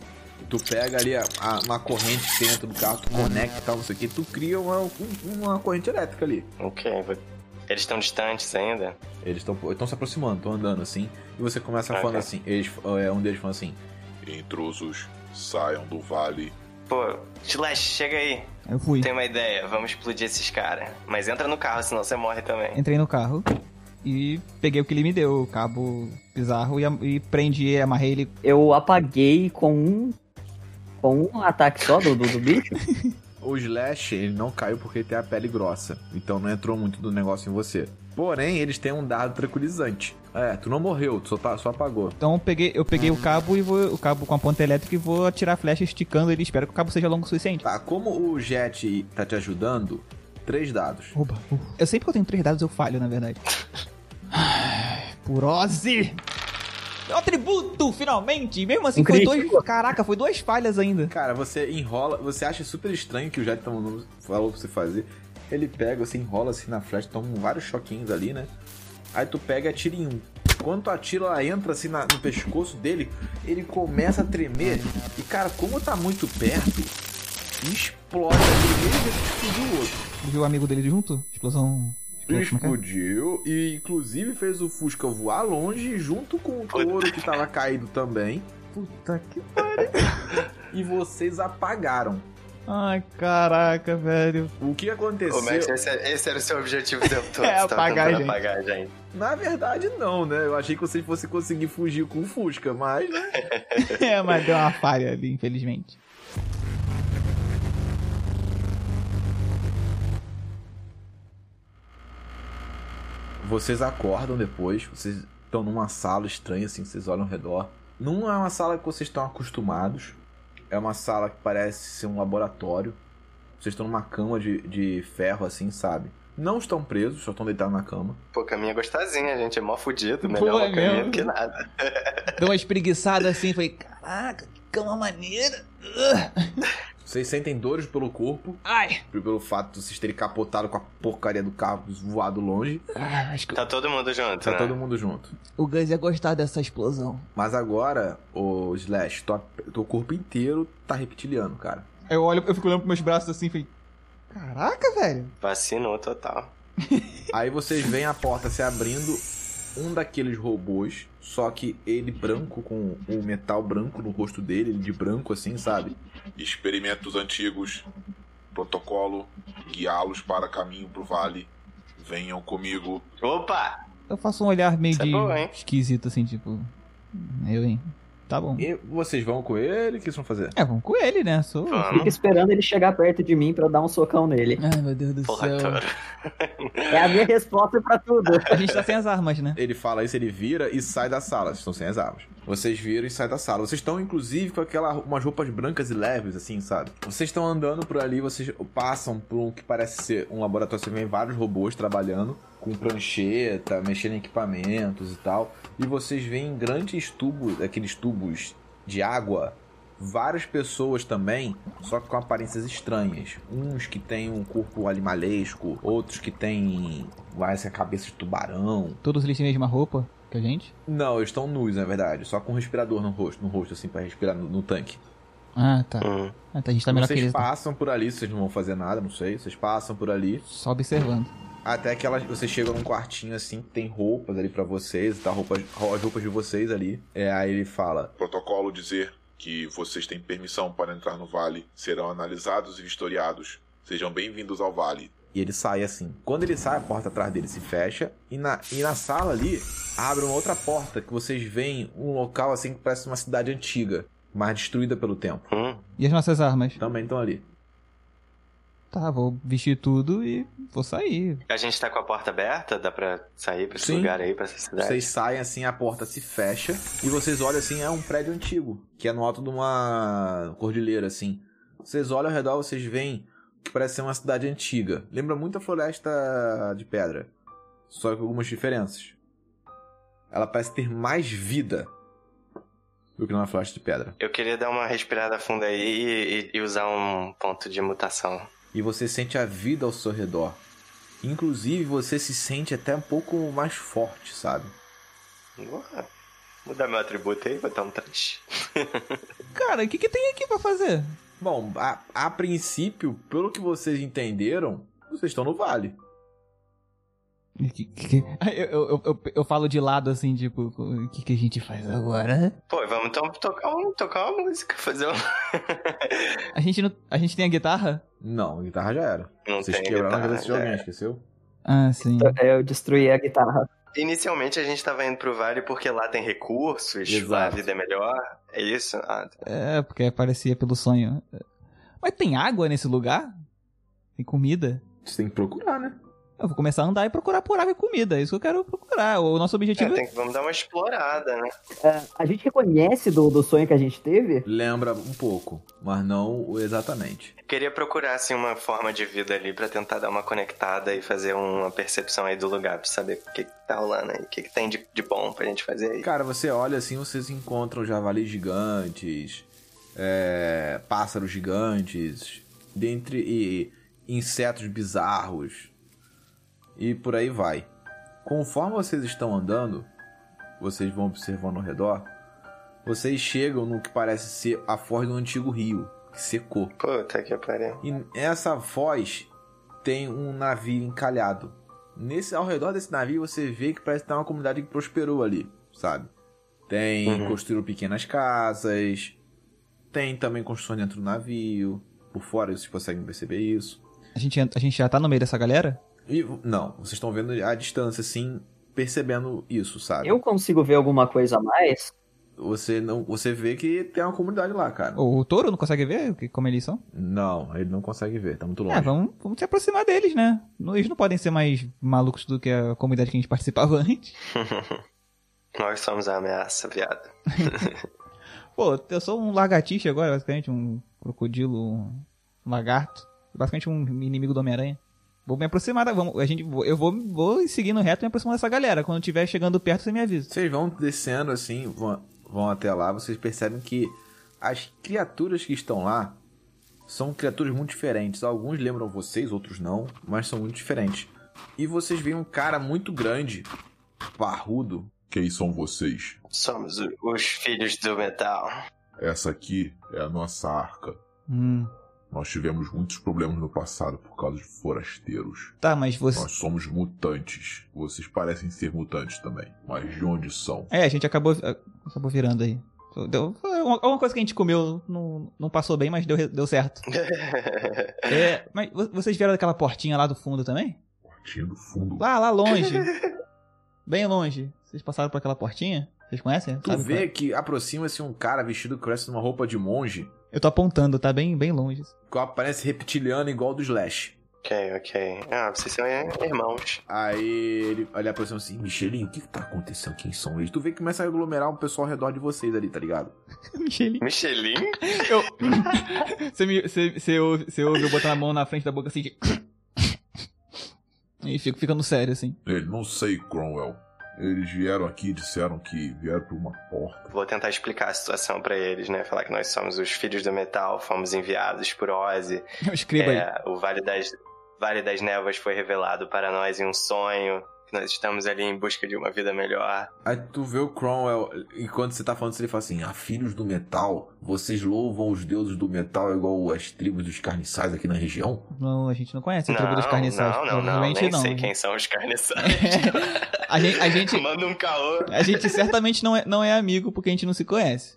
Speaker 2: tu pega ali a, a- uma corrente que tem dentro do carro, tu conecta e tal, não sei o que, tu cria uma, um- uma corrente elétrica ali.
Speaker 3: Ok, vou- eles estão distantes ainda?
Speaker 2: Eles estão se aproximando, estão andando assim, e você começa
Speaker 3: Ah,
Speaker 2: falando
Speaker 3: tá.
Speaker 2: assim, eles, é, um deles fala assim,
Speaker 5: Intrusos, saiam do vale.
Speaker 3: Pô, Slash, chega aí.
Speaker 1: Eu fui.
Speaker 3: Tem uma ideia, vamos explodir esses caras. Mas entra no carro, senão você morre também.
Speaker 1: Entrei no carro. e peguei o que ele me deu, o cabo bizarro, e, am- e prendi e amarrei ele.
Speaker 4: Eu apaguei com um. Com um ataque só do, do, do bicho.
Speaker 2: O Slash, ele não caiu porque ele tem a pele grossa. Então não entrou muito do negócio em você. Porém, eles têm um dado tranquilizante. É, tu não morreu, tu só, tá- só apagou.
Speaker 1: Então eu peguei, eu peguei o cabo e vou. O cabo com a ponta elétrica e vou atirar a flecha esticando ele. Espero que o cabo seja longo o suficiente.
Speaker 2: Tá, como o Jet tá te ajudando, três dados.
Speaker 1: Oba, ufa. Eu sempre que eu tenho três dados eu falho, na verdade. Ai, Purose! Meu atributo, finalmente! Mesmo assim,
Speaker 4: Um
Speaker 1: foi
Speaker 4: crítico.
Speaker 1: dois. Caraca, foi duas falhas ainda.
Speaker 2: Cara, você enrola, você acha super estranho que o Jet tá mandando- falou pra você fazer. Ele pega, você enrola assim na flecha, toma vários choquinhos ali, né? Aí tu pega e atira em um. Quando tu atira, ela entra assim na- no pescoço dele, ele começa a tremer. E cara, como tá muito perto, explode aquele mesmo jeito que explodiu o outro.
Speaker 1: Viu o amigo dele junto? Explosão. Explosão, como é que
Speaker 2: Explodiu e inclusive fez o Fusca voar longe junto com o touro que tava caído também. Puta que pariu. e vocês apagaram.
Speaker 1: é? Ai, caraca, velho.
Speaker 2: O que aconteceu?
Speaker 3: Ô, Max, esse, é- esse era o seu objetivo o tempo todo.
Speaker 1: É,
Speaker 3: você tava
Speaker 1: apagar a
Speaker 3: tentando
Speaker 1: gente.
Speaker 3: apagar a gente.
Speaker 2: Na verdade, não, né? Eu achei que vocês fossem conseguir fugir com o Fusca, mas. né?
Speaker 1: É, mas deu uma falha ali, infelizmente.
Speaker 2: Vocês acordam depois, vocês estão numa sala estranha, assim, vocês olham ao redor. Não é uma sala que vocês estão acostumados. É uma sala que parece ser um laboratório. Vocês estão numa cama de, de ferro, assim, sabe? Não estão presos, só estão deitados na cama.
Speaker 3: Pô, caminha gostosinha, gente. É mó fudido.
Speaker 1: Pô,
Speaker 3: Melhor
Speaker 1: é
Speaker 3: uma caminha
Speaker 1: mesmo?
Speaker 3: do que nada.
Speaker 6: Deu uma espreguiçada assim, falei, caraca, que cama maneira. Ugh.
Speaker 2: Vocês sentem dores pelo corpo,
Speaker 6: Ai,
Speaker 2: pelo fato de vocês terem capotado com a porcaria do carro voado longe.
Speaker 6: Ah, acho que
Speaker 3: Tá todo mundo junto,
Speaker 2: Tá
Speaker 3: né?
Speaker 2: todo mundo junto.
Speaker 6: o Gus ia gostar dessa explosão.
Speaker 2: Mas agora, o Slash, tua, teu corpo inteiro tá reptiliano, cara.
Speaker 1: Eu olho, eu fico olhando pros meus braços assim e falei. Caraca, velho.
Speaker 3: Vacinou total.
Speaker 2: Aí vocês veem a porta se abrindo, um daqueles robôs, só que ele branco, com o metal branco no rosto dele, ele de branco assim, sabe?
Speaker 5: Experimentos antigos. Protocolo. Guiá-los para caminho pro vale. Venham comigo.
Speaker 3: Opa!
Speaker 1: Eu faço um olhar meio
Speaker 3: Isso é
Speaker 1: de
Speaker 3: boa, hein?
Speaker 1: esquisito, assim, tipo. Eu, hein? Tá bom.
Speaker 2: E vocês vão com ele, o que vocês vão fazer?
Speaker 1: É, vamos com ele, né? Sou.
Speaker 3: Vamos.
Speaker 4: Fico esperando ele chegar perto de mim pra eu dar um socão nele.
Speaker 6: Ai, meu Deus do
Speaker 3: Porra,
Speaker 6: céu.
Speaker 3: touro.
Speaker 4: É a minha resposta pra tudo.
Speaker 1: A gente tá sem as armas, né?
Speaker 2: Ele fala isso, ele vira e sai da sala. Vocês estão sem as armas. Vocês viram e saem da sala. Vocês estão, inclusive, com aquela, umas roupas brancas e leves, assim, sabe? Vocês estão andando por ali, vocês passam por um que parece ser um laboratório. Você vê vários robôs trabalhando com prancheta, mexendo em equipamentos e tal. E vocês veem grandes tubos, aqueles tubos de água. Várias pessoas também, só que com aparências estranhas. Uns que têm um corpo animalesco, outros que têm vai ser cabeça de tubarão,
Speaker 1: Todos eles têm a mesma roupa que a gente.
Speaker 2: não, eles estão nus, na verdade. Só com um respirador no rosto, no rosto assim, pra respirar no, no tanque.
Speaker 1: Ah, tá.
Speaker 3: Hum.
Speaker 1: Ah, tá, a gente tá melhor que
Speaker 2: vocês
Speaker 1: eles. Tá?
Speaker 2: passam por ali, vocês não vão fazer nada, não sei. Vocês passam por ali.
Speaker 1: Só observando.
Speaker 2: Até que elas, vocês chegam num quartinho assim, que tem roupas ali pra vocês, tá? Roupas, as roupas de vocês ali. É, aí ele fala:
Speaker 5: Protocolo dizer que vocês têm permissão para entrar no vale. Serão analisados e vistoriados. Sejam bem-vindos ao vale.
Speaker 2: E ele sai assim. Quando ele sai, a porta atrás dele se fecha. E na, e na sala ali, abre uma outra porta que vocês veem um local assim que parece uma cidade antiga, mas destruída pelo tempo.
Speaker 3: Hum.
Speaker 1: E as nossas armas?
Speaker 2: Também estão ali.
Speaker 1: Tá, vou vestir tudo e vou sair.
Speaker 3: A gente tá com a porta aberta? Dá pra sair pra esse
Speaker 2: Sim.
Speaker 3: lugar aí, pra essa cidade?
Speaker 2: Vocês saem assim, a porta se fecha e vocês olham assim, é um prédio antigo, que é no alto de uma cordilheira assim. Vocês olham ao redor, vocês veem que parece ser uma cidade antiga. Lembra muito a floresta de pedra, só com algumas diferenças. Ela parece ter mais vida do que na floresta de pedra.
Speaker 3: Eu queria dar uma respirada funda aí e, e- e usar um ponto de mutação.
Speaker 2: E você sente a vida ao seu redor. Inclusive, você se sente até um pouco mais forte, sabe?
Speaker 3: Vou mudar meu atributo aí, botar um 3.
Speaker 1: Cara, o que, que tem aqui pra fazer?
Speaker 2: Bom, a, a princípio, pelo que vocês entenderam, vocês estão no vale.
Speaker 1: Que- que- Aí Eu, eu, eu, eu falo de lado assim, tipo, o que, que a gente faz agora?
Speaker 3: Pô, vamos então tocar, um, tocar uma música, fazer um.
Speaker 1: A gente, não, a gente tem a guitarra?
Speaker 2: Não, a guitarra já era.
Speaker 3: Não
Speaker 2: vocês
Speaker 3: tem
Speaker 2: quebraram a
Speaker 3: guitarra, é.
Speaker 2: cabeça de alguém,
Speaker 3: né?
Speaker 4: Tá.
Speaker 2: esqueceu?
Speaker 1: Ah, sim.
Speaker 4: Eu É, destruí a guitarra.
Speaker 3: Inicialmente a gente tava indo pro vale porque lá tem recursos, lá a
Speaker 2: Exato.
Speaker 3: vida é melhor. É isso? Ah, tá.
Speaker 1: É, porque parecia pelo sonho. Mas tem água nesse lugar? Tem comida?
Speaker 2: Você tem que procurar, né?
Speaker 1: Eu vou começar a andar e procurar por água e comida. É isso que eu quero procurar. O nosso
Speaker 3: É,
Speaker 1: objetivo é.
Speaker 3: tem que- vamos dar uma explorada, né?
Speaker 4: É, A gente reconhece do, do sonho que a gente teve?
Speaker 2: Lembra um pouco, mas não o exatamente.
Speaker 3: Queria procurar, assim, uma forma de vida ali pra tentar dar uma conectada e fazer uma percepção aí do lugar, pra saber o que, que tá rolando aí, o que, que tem de, de bom pra gente fazer aí.
Speaker 2: Cara, você olha assim, vocês encontram javalis gigantes, é, pássaros gigantes, dentre e insetos bizarros e por aí vai. Conforme vocês estão andando, vocês vão observando ao redor, vocês chegam no que parece ser a foz do antigo rio que secou.
Speaker 3: Puta que pariu.
Speaker 2: E essa foz tem um navio encalhado. Nesse, ao redor desse navio você vê que parece que tem uma comunidade que prosperou ali, sabe? Tem
Speaker 3: Uhum.
Speaker 2: construíram pequenas casas, tem também construções dentro do navio, por fora vocês conseguem perceber isso.
Speaker 1: A gente, a gente já tá no meio dessa galera?
Speaker 2: E não, vocês estão vendo à distância assim, percebendo isso, sabe?
Speaker 4: Eu consigo ver alguma coisa a mais?
Speaker 2: Você não, você vê que tem uma comunidade lá, cara.
Speaker 1: O, o touro não consegue ver o que- como eles são?
Speaker 2: Não, ele não consegue ver, tá muito longe.
Speaker 1: É, vamos, vamos se aproximar deles, né? Não- Eles não podem ser mais malucos do que a comunidade que a gente participava antes.
Speaker 3: Nós somos a ameaça, viado.
Speaker 1: Pô, eu sou um lagartixa agora, basicamente, um crocodilo, um lagarto. Basicamente um inimigo do Homem-Aranha. Vou me aproximar, da- vamos, a gente, eu vou, vou seguindo reto e me aproximando dessa galera. Quando estiver chegando perto, você me avisa.
Speaker 2: Vocês vão descendo assim, vão, vão até lá, vocês percebem que as criaturas que estão lá são criaturas muito diferentes. Alguns lembram vocês, outros não, mas são muito diferentes. E vocês veem um cara muito grande, parrudo.
Speaker 5: Quem são vocês?
Speaker 3: Somos o- os filhos do metal.
Speaker 5: Essa aqui é a nossa arca.
Speaker 1: Hum,
Speaker 5: Nós tivemos muitos problemas no passado por causa de forasteiros.
Speaker 1: tá, mas você...
Speaker 5: Nós somos mutantes. Vocês parecem ser mutantes também. Mas de onde são?
Speaker 1: É, a gente acabou, acabou virando aí. Deu, foi uma, uma coisa que a gente comeu não, não passou bem, mas deu, re- deu certo. É, mas vo- vocês vieram daquela portinha lá do fundo também?
Speaker 5: Portinha do fundo.
Speaker 1: Lá, lá longe. bem longe. Vocês passaram por aquela portinha? Vocês conhecem?
Speaker 2: Tu
Speaker 1: Sabe qual
Speaker 2: vê
Speaker 1: é?
Speaker 2: que aproxima-se um cara vestido que parece uma roupa de monge,
Speaker 1: Eu tô apontando, tá bem, bem longe.
Speaker 2: que aparece reptiliano igual do Slash.
Speaker 3: ok, ok. Ah, vocês são irmãos.
Speaker 2: Aí ele, ele aproxima assim, Michelin, o que, que tá acontecendo? Quem são eles? Tu vê que começa a aglomerar um pessoal ao redor de vocês ali, tá ligado?
Speaker 1: Michelin.
Speaker 3: Michelin?
Speaker 1: Eu... você, me, você, você, ouve, você ouve eu botar a mão na frente da boca assim de... E fico ficando sério, assim.
Speaker 5: Ele não sei, Cromwell. Eles vieram aqui e disseram que vieram por uma porta.
Speaker 3: Vou tentar explicar a situação pra eles, né? Falar que nós somos os filhos do metal, fomos enviados por Ozzy
Speaker 1: Eu escrebo aí.
Speaker 3: É, o Vale das, Vale das Névoas foi revelado para nós em um sonho. que Nós estamos ali em busca de uma vida melhor.
Speaker 2: Aí tu vê o Cromwell, enquanto você tá falando isso, ele fala assim: Ah, filhos do metal, vocês louvam os deuses do metal igual as tribos dos carniçais aqui na região?
Speaker 1: Não, a gente não conhece a
Speaker 3: não,
Speaker 1: tribo dos carniçais.
Speaker 3: não, não, não,
Speaker 1: provavelmente
Speaker 3: nem
Speaker 1: não.
Speaker 3: sei quem são os carniçais.
Speaker 1: É. a, gente, a, gente,
Speaker 3: Manda um caô.
Speaker 1: a gente certamente não é, não é amigo porque a gente não se conhece.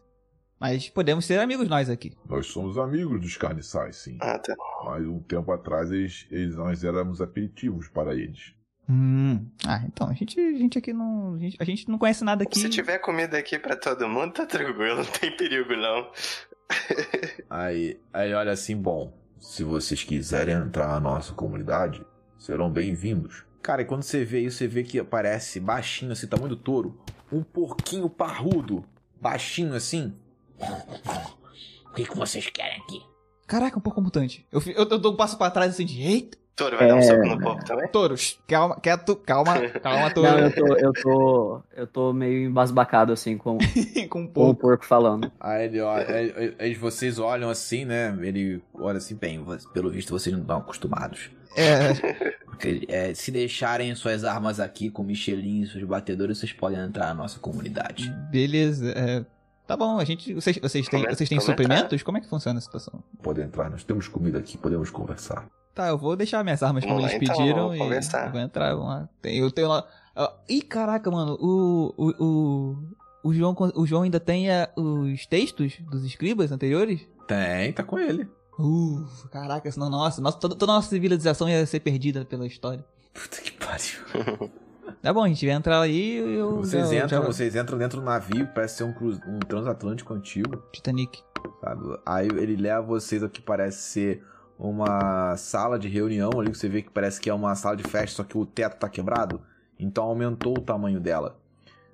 Speaker 1: Mas podemos ser amigos nós aqui.
Speaker 5: Nós somos amigos dos carniçais, sim.
Speaker 3: Ah, tá.
Speaker 5: Mas um tempo atrás eles, eles- nós éramos aperitivos para eles.
Speaker 1: Hum. Ah, então, a gente, a gente aqui não. A gente, a gente não conhece nada aqui.
Speaker 3: Se tiver comida aqui pra todo mundo, tá tranquilo, não tem perigo não.
Speaker 2: Aí, aí ele olha assim: Bom, se vocês quiserem entrar na nossa comunidade, serão bem-vindos. Cara, e quando você vê isso, você vê que aparece baixinho, assim, tamanho do touro, um porquinho parrudo, baixinho assim. O que, que vocês querem aqui?
Speaker 1: Caraca, um pouco mutante. Eu, fi- eu, eu dou um passo pra trás assim de. Eita,
Speaker 3: Toro vai dar um soco no corpo também?
Speaker 1: touros! Calma, quieto, calma, calma, touro.
Speaker 4: Não, eu tô, eu tô, eu tô meio embasbacado assim com,
Speaker 1: Com um
Speaker 4: com o
Speaker 1: pouco.
Speaker 4: porco falando.
Speaker 2: Aí ele olha, aí- aí- aí vocês olham assim, né? Ele olha assim, bem, vo- pelo visto vocês não estão acostumados.
Speaker 1: É,
Speaker 2: Porque, é, se deixarem suas armas aqui com Michelin e seus batedores, vocês podem entrar na nossa comunidade.
Speaker 1: beleza. é. tá bom, a gente. Vocês, vocês têm,
Speaker 3: Como é-
Speaker 1: vocês têm
Speaker 3: como é que tá?
Speaker 1: suprimentos? Como é que funciona a situação?
Speaker 5: Podem entrar, nós temos comida aqui, podemos conversar.
Speaker 1: Tá, eu vou deixar minhas armas como
Speaker 3: Vamos lá,
Speaker 1: eles
Speaker 3: então,
Speaker 1: pediram
Speaker 3: vamos
Speaker 1: e
Speaker 3: conversar.
Speaker 1: vou entrar, vamos lá. Tem- Eu tenho lá... ah, Ih, caraca, mano, o... o, o... O João, con- o João ainda tem ah, os textos dos escribas anteriores?
Speaker 2: Tem, tá com ele.
Speaker 1: Uh, caraca, senão, nossa, nossa toda, toda a nossa civilização ia ser perdida pela história.
Speaker 2: Puta que pariu.
Speaker 1: Tá bom, a gente vai entrar aí e eu.
Speaker 7: Vocês
Speaker 1: já-
Speaker 7: entram,
Speaker 1: já-
Speaker 7: vocês entram dentro do navio, parece ser um, cruz, um transatlântico antigo,
Speaker 1: Titanic.
Speaker 7: sabe? Aí ele leva vocês ao que parece ser uma sala de reunião ali, que você vê que parece que é uma sala de festa, só que o teto tá quebrado, então aumentou o tamanho dela.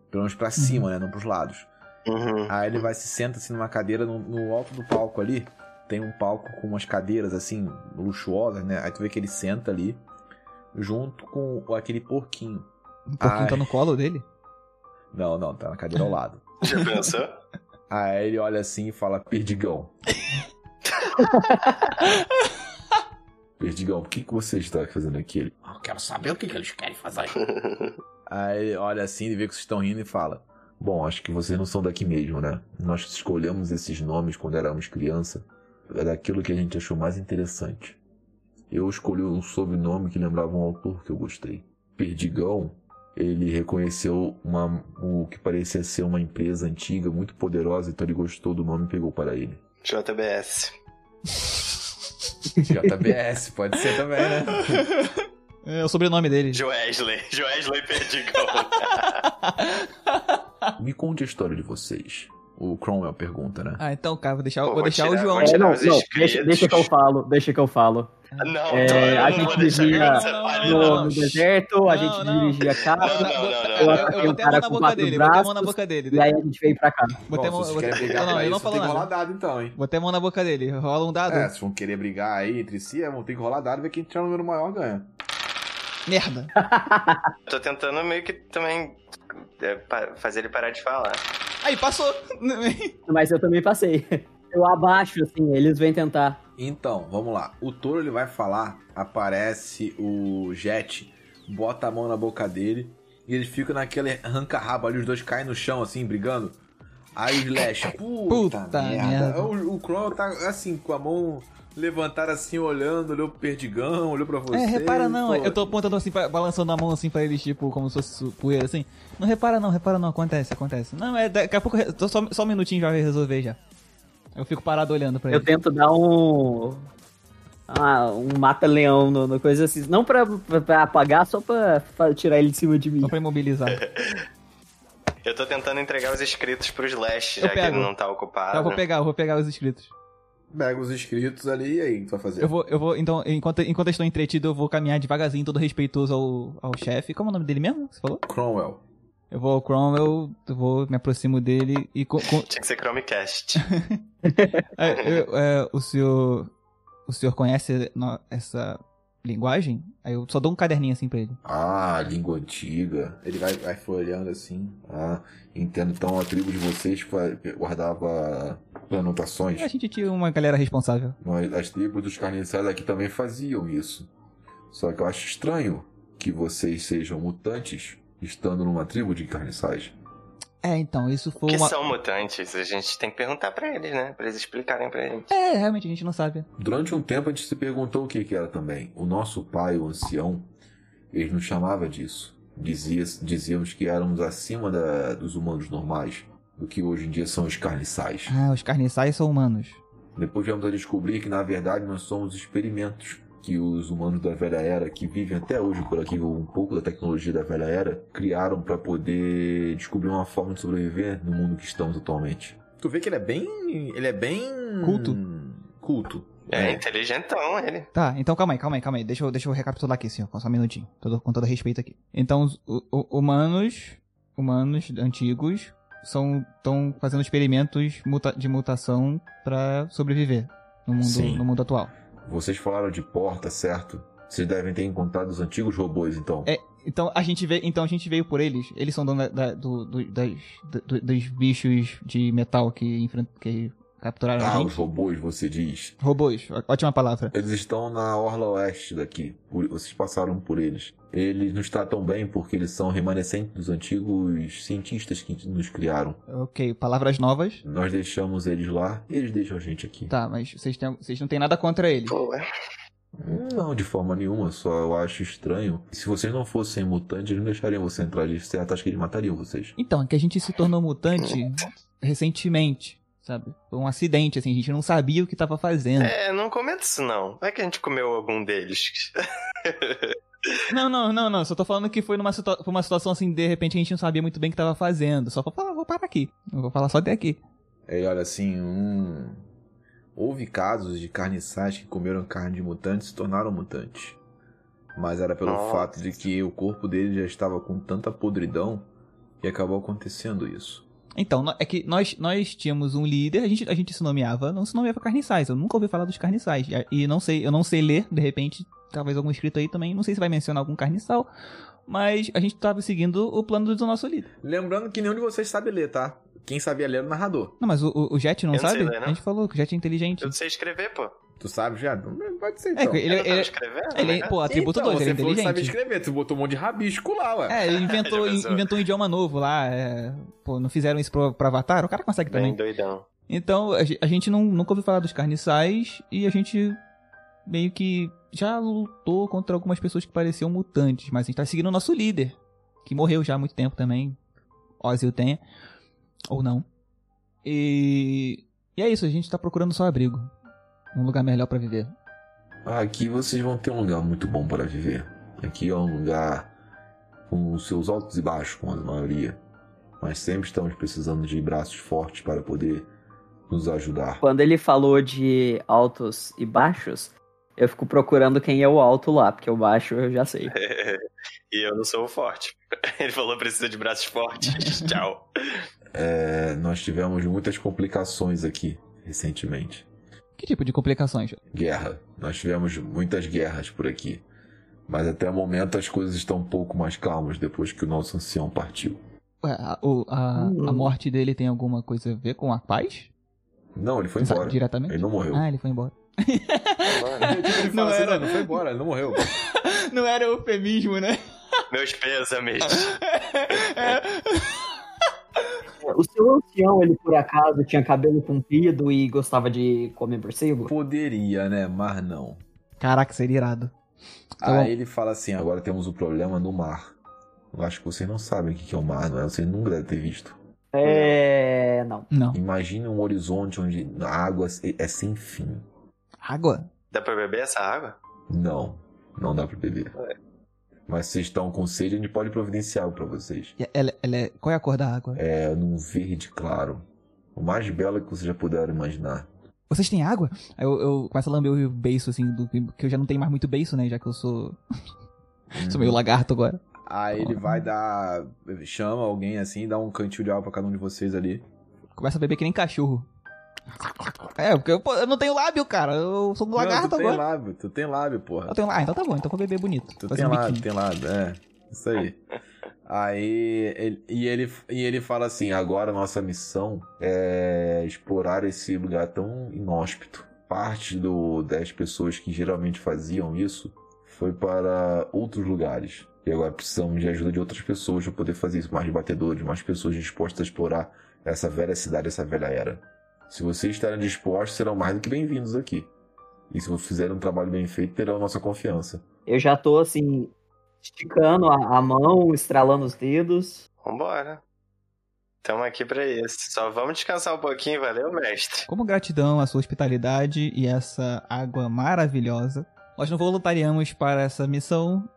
Speaker 7: Pelo menos pra cima, né? Não pros lados.
Speaker 3: Uhum.
Speaker 7: Aí ele vai se senta assim numa cadeira no, no alto do palco ali. Tem um palco com umas cadeiras assim, luxuosas, né? Aí tu vê que ele senta ali, junto com aquele porquinho.
Speaker 1: Um pouquinho
Speaker 7: Ai.
Speaker 1: tá no colo dele.
Speaker 7: Não, não, tá na cadeira ao lado.
Speaker 3: Já pensou?
Speaker 7: Aí ele olha assim e fala: Perdigão.
Speaker 2: Perdigão, por que, que você está fazendo aqui? "Ah,
Speaker 8: Eu quero saber o que, que eles querem fazer.
Speaker 7: Aí ele olha assim e vê que vocês estão rindo e fala:
Speaker 2: Bom, acho que vocês não são daqui mesmo, né? Nós escolhemos esses nomes quando éramos criança é daquilo que a gente achou mais interessante. Eu escolhi um sobrenome que lembrava um autor que eu gostei. Perdigão, ele reconheceu uma- o que parecia ser uma empresa antiga, muito poderosa, então ele gostou do nome e pegou para ele.
Speaker 3: JBS.
Speaker 7: JBS, pode ser também, né?
Speaker 1: É o sobrenome dele.
Speaker 3: Joesley. Joesley Perdigão.
Speaker 2: Me conte a história de vocês.
Speaker 7: O Cromwell pergunta, né?
Speaker 1: Ah, então, cara, vou deixar,
Speaker 3: Pô,
Speaker 1: vou
Speaker 3: vou
Speaker 1: deixar o
Speaker 3: tirar-
Speaker 1: João.
Speaker 3: vou
Speaker 4: É, não,
Speaker 3: tirar os
Speaker 4: não, deixa,
Speaker 3: inscritos.
Speaker 4: deixa que eu falo, deixa que eu falo.
Speaker 3: Não,
Speaker 4: É,
Speaker 3: então eu
Speaker 4: a
Speaker 3: não
Speaker 4: gente
Speaker 3: vou deixar
Speaker 4: devia-
Speaker 3: criança
Speaker 1: Ah,
Speaker 4: no,
Speaker 1: não,
Speaker 3: não.
Speaker 1: não.
Speaker 4: no deserto, a
Speaker 1: Não,
Speaker 4: gente
Speaker 1: não.
Speaker 4: dirigia a
Speaker 3: Não,
Speaker 4: carro,
Speaker 3: não, não, não.
Speaker 1: Eu,
Speaker 4: Agora
Speaker 1: eu
Speaker 4: tem
Speaker 1: botei a
Speaker 4: um
Speaker 1: mão
Speaker 4: cara
Speaker 1: na
Speaker 4: com
Speaker 1: boca
Speaker 4: quatro
Speaker 1: dele, botei a mão na
Speaker 4: braços,
Speaker 1: boca dele.
Speaker 4: e aí a gente veio pra cá.
Speaker 1: Botei a
Speaker 7: Bom,
Speaker 1: mão-
Speaker 7: se
Speaker 1: eu-
Speaker 7: vocês querem brigar
Speaker 1: eu não,
Speaker 7: pra
Speaker 1: eu não
Speaker 7: isso,
Speaker 1: falo
Speaker 7: tem que
Speaker 1: nada.
Speaker 7: rolar dado então, hein?
Speaker 1: Botei a mão na boca dele, rola um dado.
Speaker 7: É, se vão querer brigar aí entre si, é, vão ter que rolar dado, ver quem tirar o número maior ganha.
Speaker 1: Merda.
Speaker 3: Tô tentando meio que também é, pa- fazer ele parar de falar.
Speaker 1: Aí, passou.
Speaker 4: Mas eu também passei. Eu abaixo, assim, eles vêm tentar.
Speaker 7: Então, vamos lá. O touro ele vai falar, aparece o Jet, bota a mão na boca dele e ele fica naquele arranca-rabo ali, os dois caem no chão assim, brigando. Aí o Slash, puta,
Speaker 1: Puta
Speaker 7: merda.
Speaker 1: merda.
Speaker 7: O, o Crow tá assim, com a mão levantada assim, olhando, olhou pro perdigão, olhou pra você.
Speaker 1: É, repara não,
Speaker 7: pô.
Speaker 1: eu tô apontando assim, pra- balançando a mão assim pra eles, tipo, como se fosse poeira, assim. Não repara não, repara não, acontece, acontece. Não, é, daqui a pouco, eu tô só, só um minutinho já vai resolver já. Eu fico parado olhando pra
Speaker 4: Eu
Speaker 1: ele.
Speaker 4: tento dar um. Ah, um mata-leão no, no coisa assim. Não pra, pra- pra apagar, só pra, pra tirar ele de cima de mim.
Speaker 1: Só pra imobilizar.
Speaker 3: Eu tô tentando entregar os inscritos pro Slash,
Speaker 1: Eu
Speaker 3: já que ele
Speaker 1: pego.
Speaker 3: não tá ocupado.
Speaker 1: Tá, eu vou pegar, eu vou pegar os inscritos.
Speaker 7: Pega os inscritos ali e aí, o que tu vai fazer?
Speaker 1: Eu vou, eu vou, então, enquanto, enquanto eu estou entretido, eu vou caminhar devagarzinho, todo respeitoso ao, ao chefe. Como é o nome dele mesmo? que Você falou?
Speaker 7: Cromwell.
Speaker 1: Eu vou ao Cromwell, eu vou, me aproximo dele e. co- co-
Speaker 3: Tinha que ser Chromecast.
Speaker 1: é, eu- é, o senhor. O senhor conhece no- essa linguagem? Aí eu só dou um caderninho assim pra ele.
Speaker 2: Ah, língua antiga.
Speaker 7: Ele vai, vai folheando assim.
Speaker 2: Ah, entendo. Então a tribo de vocês fa- guardava anotações.
Speaker 1: A gente tinha uma galera responsável.
Speaker 2: Mas as tribos dos carniçais aqui também faziam isso. Só que eu acho estranho que vocês sejam mutantes estando numa tribo de carniçais.
Speaker 1: É, então, isso foi
Speaker 3: que
Speaker 1: uma.
Speaker 3: são mutantes, a gente tem que perguntar pra eles, né? Pra eles explicarem pra gente.
Speaker 1: É, realmente a gente não sabe.
Speaker 2: Durante um tempo a gente se perguntou o que, que era também. O nosso pai, o ancião, ele nos chamava disso. Dizia, dizíamos que éramos acima da- dos humanos normais, do que hoje em dia são os carniçais.
Speaker 1: Ah, os carniçais são humanos.
Speaker 2: Depois viemos a descobrir que, na verdade, nós somos experimentos que os humanos da velha era, que vivem até hoje por aqui, com um pouco da tecnologia da velha era, criaram para poder descobrir uma forma de sobreviver no mundo que estamos atualmente.
Speaker 7: Tu vê que ele é bem. Ele é bem.
Speaker 1: Culto.
Speaker 7: Culto.
Speaker 3: É, inteligentão ele.
Speaker 1: Tá, então calma aí, calma aí, calma aí. Deixa eu, deixa eu recapitular aqui, senhor, com só um minutinho. Todo- com todo respeito aqui. Então, os hu- hu- humanos, humanos antigos, são estão fazendo experimentos muta- de mutação pra sobreviver no mundo,
Speaker 2: Sim.
Speaker 1: no mundo atual.
Speaker 2: Vocês falaram de porta, certo? Vocês devem ter encontrado os antigos robôs, então.
Speaker 1: É. Então a gente veio, então a gente veio por eles. Eles são donos da- da- do, do- das- do- dos bichos de metal que, enfren- que capturaram
Speaker 2: Ah,
Speaker 1: a
Speaker 2: os
Speaker 1: gente.
Speaker 2: robôs, você diz.
Speaker 1: Robôs, ó- ótima palavra.
Speaker 2: Eles estão na orla oeste daqui. Por- Vocês passaram por eles. Eles nos tratam bem porque eles são remanescentes dos antigos cientistas que nos criaram.
Speaker 1: Ok, palavras novas.
Speaker 2: Nós deixamos eles lá e eles deixam a gente aqui.
Speaker 1: Tá, mas vocês, têm, vocês não têm nada contra eles.
Speaker 3: Boa.
Speaker 2: Não, de forma nenhuma, só eu acho estranho. Se vocês não fossem mutantes, eles não deixariam você entrar de certo, acho que eles matariam vocês.
Speaker 1: Então, é que a gente se tornou mutante recentemente, sabe? Foi um acidente, assim, a gente não sabia o que tava fazendo.
Speaker 3: É, não comenta isso não. Não é que a gente comeu algum deles.
Speaker 1: Não, não, não, não. Só tô falando que foi numa situa- foi uma situação assim, de repente a gente não sabia muito bem o que tava fazendo. Só pra falar, vou parar aqui. Eu vou falar só até aqui.
Speaker 2: Ele olha assim, hum. Houve casos de carniçais que comeram carne de mutantes e se tornaram mutantes. Mas era pelo
Speaker 3: Nossa.
Speaker 2: fato de que o corpo dele já estava com tanta podridão que acabou acontecendo isso.
Speaker 1: Então, nó- é que nós, nós tínhamos um líder, a gente, a gente se nomeava, não se nomeava carniçais, eu nunca ouvi falar dos carniçais. E- E não sei, eu não sei ler, de repente, talvez algum escrito aí também, não sei se vai mencionar algum carniçal, mas a gente tava seguindo o plano do nosso líder.
Speaker 2: Lembrando que nenhum de vocês sabe ler, tá? Quem sabia ler era o narrador.
Speaker 1: Não, mas o, o, o Jet não
Speaker 3: Eu não
Speaker 1: sabe?
Speaker 3: sei ler, não.
Speaker 1: A gente falou que o Jet é inteligente.
Speaker 3: Eu não sei escrever, pô.
Speaker 2: Tu sabe já? Não, Pode ser
Speaker 1: É,
Speaker 2: então.
Speaker 1: ele,
Speaker 3: eu não
Speaker 1: ele,
Speaker 3: tava
Speaker 1: ele,
Speaker 3: escrevendo, né?
Speaker 1: pô, atributo
Speaker 2: então,
Speaker 1: 2,
Speaker 2: você
Speaker 1: ele é
Speaker 2: falou que sabe
Speaker 1: inteligente.
Speaker 2: escrever, tu botou um monte de rabisco lá, ué.
Speaker 1: É, ele inventou,
Speaker 3: Já pensou?
Speaker 1: inventou um idioma novo lá. é, pô, não fizeram isso pro, pra Avatar? O cara consegue também.
Speaker 3: Bem doidão.
Speaker 1: Então, a ge- a gente não, nunca ouviu falar dos carniçais e a gente meio que já lutou contra algumas pessoas que pareciam mutantes, mas a gente tá seguindo o nosso líder, que morreu já há muito tempo também, Ozzy o tenha, ou não. E, e é isso, a gente tá procurando só abrigo, um lugar melhor pra viver.
Speaker 9: Aqui vocês vão ter um lugar muito bom para viver. Aqui é um lugar com os seus altos e baixos, como a maioria. Mas sempre estamos precisando de braços fortes para poder nos ajudar.
Speaker 4: Quando ele falou de altos e baixos, eu fico procurando quem é o alto lá, porque o baixo eu já sei.
Speaker 3: E eu não sou o forte. Ele falou precisa de braços fortes. Tchau.
Speaker 9: É, nós tivemos muitas complicações aqui recentemente.
Speaker 1: Que tipo de complicações?
Speaker 9: Guerra. Nós tivemos muitas guerras por aqui. Mas até o momento as coisas estão um pouco mais calmas depois que o nosso ancião partiu.
Speaker 1: Ué, A, o- a- a morte dele tem alguma coisa a ver com a paz?
Speaker 9: Não, ele foi
Speaker 1: Sabe,
Speaker 9: embora.
Speaker 1: Diretamente?
Speaker 9: Ele não morreu.
Speaker 1: Ah, ele foi embora.
Speaker 2: Ele fala
Speaker 1: Não
Speaker 2: assim,
Speaker 1: era.
Speaker 2: não, foi embora, ele não morreu.
Speaker 1: Não era eufemismo, né?
Speaker 3: Meus pésames.
Speaker 1: É.
Speaker 4: O seu ancião, ele por acaso tinha cabelo comprido e gostava de comer morcego?
Speaker 2: Poderia, né? Mas não.
Speaker 1: Caraca, seria irado. Tá bom.
Speaker 2: Aí ele fala assim, ó.
Speaker 9: Agora temos o problema no mar. Eu acho que vocês não sabem o que que é o mar, não é? Vocês nunca devem ter visto.
Speaker 4: É. Não.
Speaker 1: Não.
Speaker 9: Imagine um horizonte onde a água se- é sem fim.
Speaker 1: Água?
Speaker 3: Dá pra beber essa água?
Speaker 9: Não, não dá pra beber.
Speaker 1: É.
Speaker 9: Mas vocês estão com sede, a gente pode providenciar algo pra vocês.
Speaker 1: E Ela, ela é... Qual é a cor da água?
Speaker 9: É num verde claro. O mais belo que vocês já puderam imaginar.
Speaker 1: Vocês têm água? Aí eu, eu começo a lamber o beiço, assim, do, que eu já não tenho mais muito beiço, né? Já que eu sou. sou é meio lagarto agora.
Speaker 2: Aí ele vai dar. Chama alguém assim, dá um cantil de água pra cada um de vocês ali.
Speaker 1: Começa a beber que nem cachorro. É, porque eu, pô, eu não tenho lábio, cara. Eu sou um
Speaker 2: não, tu
Speaker 1: lagarto
Speaker 2: tem
Speaker 1: agora.
Speaker 2: lábio, tu tem lábio, porra.
Speaker 1: Eu tenho lá, então tá bom, então vou beber bonito.
Speaker 2: Tu
Speaker 1: fazer
Speaker 2: tem
Speaker 1: um
Speaker 2: lábio,
Speaker 1: biquinho.
Speaker 2: tem lábio, é. Isso aí. Aí. ele- e, ele, e ele fala assim,
Speaker 9: Sim, agora nossa missão é explorar esse lugar tão inóspito. Parte do, das pessoas que geralmente faziam isso foi para outros lugares. E agora precisamos de ajuda de outras pessoas para poder fazer isso. Mais batedores, mais pessoas dispostas a explorar essa velha cidade, essa velha era. Se vocês estarem dispostos, serão mais do que bem-vindos aqui. E se vocês fizerem um trabalho bem feito, terão nossa confiança.
Speaker 4: Eu já tô assim, esticando a, a mão, estralando os dedos.
Speaker 3: Vambora. Tamo aqui pra isso. Só vamos descansar um pouquinho, valeu, mestre?
Speaker 1: Como gratidão à sua hospitalidade e essa água maravilhosa, nós não voluntariamos para essa missão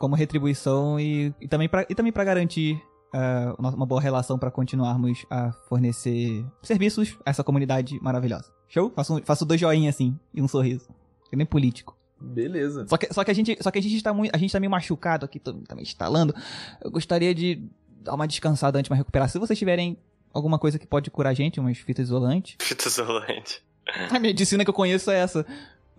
Speaker 1: como retribuição e, e também pra- e também para garantir ah, uma uma boa relação para continuarmos a fornecer serviços a essa comunidade maravilhosa. Show? Faço, um- faço dois joinhas assim e um sorriso. Que nem político.
Speaker 2: beleza.
Speaker 1: Só que, só que a gente, só que a gente tá muito, a gente tá meio machucado aqui, tô- tá meio estalando. Eu gostaria de dar uma descansada antes, mas recuperar. Se vocês tiverem alguma coisa que pode curar a gente, umas fitas isolantes,
Speaker 3: Fita isolante.
Speaker 1: a medicina que eu conheço é essa.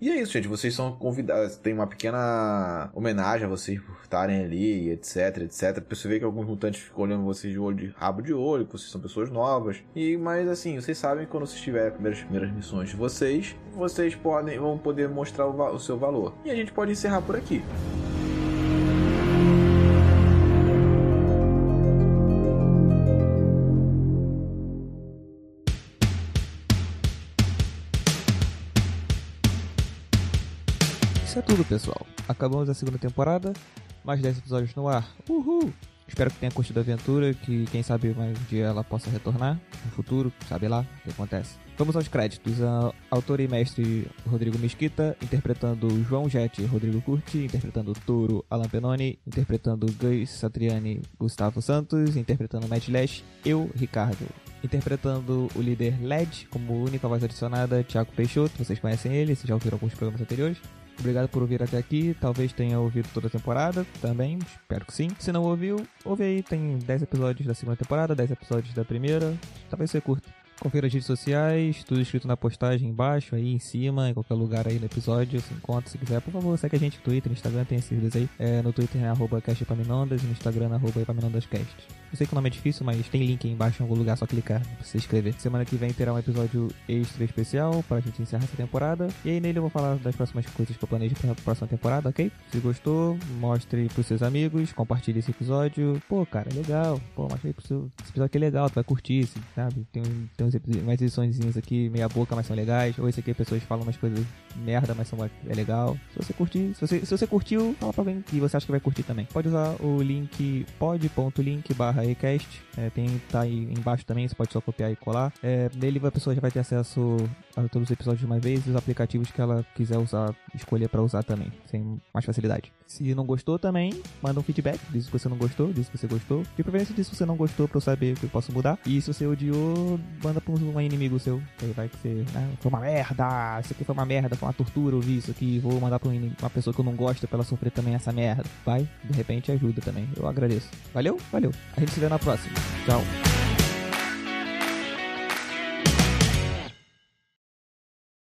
Speaker 2: E é isso, gente. Vocês são convidados. Tem uma pequena homenagem a vocês por estarem ali, etc, etc. Pra você ver que alguns mutantes ficam olhando vocês de olho de rabo de olho, que vocês são pessoas novas. E mas assim, vocês sabem que quando vocês tiverem as primeiras, primeiras missões de vocês, vocês podem vão poder mostrar o, va- o seu valor. E a gente pode encerrar por aqui.
Speaker 1: Isso é tudo, pessoal. Acabamos a segunda temporada, mais 10 episódios no ar. Uhul! Espero que tenha curtido a aventura, que quem sabe mais um dia ela possa retornar no futuro, sabe lá o que acontece. Vamos aos créditos. A- Autor e mestre Rodrigo Mesquita, interpretando João Jete, Rodrigo Curti, interpretando Touro, Alan Penoni, interpretando Gus Satriani, Gustavo Santos, interpretando Matt Lash, eu, Ricardo. Interpretando o líder LED como única voz adicionada, Thiago Peixoto, vocês conhecem ele, vocês já ouviram alguns programas anteriores. Obrigado por ouvir até aqui. Talvez tenha ouvido toda a temporada também. Espero que sim. Se não ouviu, ouve aí. Tem 10 episódios da segunda temporada, 10 episódios da primeira. Talvez você curta. Confira as redes sociais, tudo escrito na postagem embaixo, aí em cima, em qualquer lugar aí no episódio, se encontra, se quiser, por favor, segue a gente no Twitter, no Instagram, tem esses dois aí. É, no Twitter é arroba castepaminondas, no Instagram é arroba epaminondascast. Eu sei que o nome é difícil, mas tem link aí embaixo em algum lugar, só clicar, não precisa escrever. Semana que vem terá um episódio extra especial pra gente encerrar essa temporada. E aí nele eu vou falar das próximas coisas que eu planejo pra próxima temporada, ok? Se gostou, mostre pros seus amigos, compartilhe esse episódio. Pô, cara, é legal. Pô, mostrei pro seu. Esse episódio aqui é legal, tu vai curtir, assim, sabe? Tem, tem uns epi- umas edições aqui, meia boca, mas são legais. Ou esse aqui pessoas falam umas coisas merda, mas são, é legal. Se você curtir, se você, se você curtiu, fala pra alguém que você acha que vai curtir também. Pode usar o link pod.link barra ecast. É, tem, tá aí embaixo também, você pode só copiar e colar. É, nele a pessoa já vai ter acesso a todos os episódios de uma vez e os aplicativos que ela quiser usar, escolher pra usar também, sem mais facilidade. Se não gostou também, manda um feedback, diz o que você não gostou, diz o que você gostou. De preferência diz o que você não gostou pra eu saber o que eu posso mudar. E se você odiou, manda pra um inimigo seu. Aí vai que você, né, foi uma merda, isso aqui foi uma merda, foi uma tortura ouvir isso aqui, vou mandar pra um ini- uma pessoa que eu não gosto pra ela sofrer também essa merda. Vai, de repente ajuda também. Eu agradeço. Valeu? Valeu. A gente se vê na próxima. Tchau.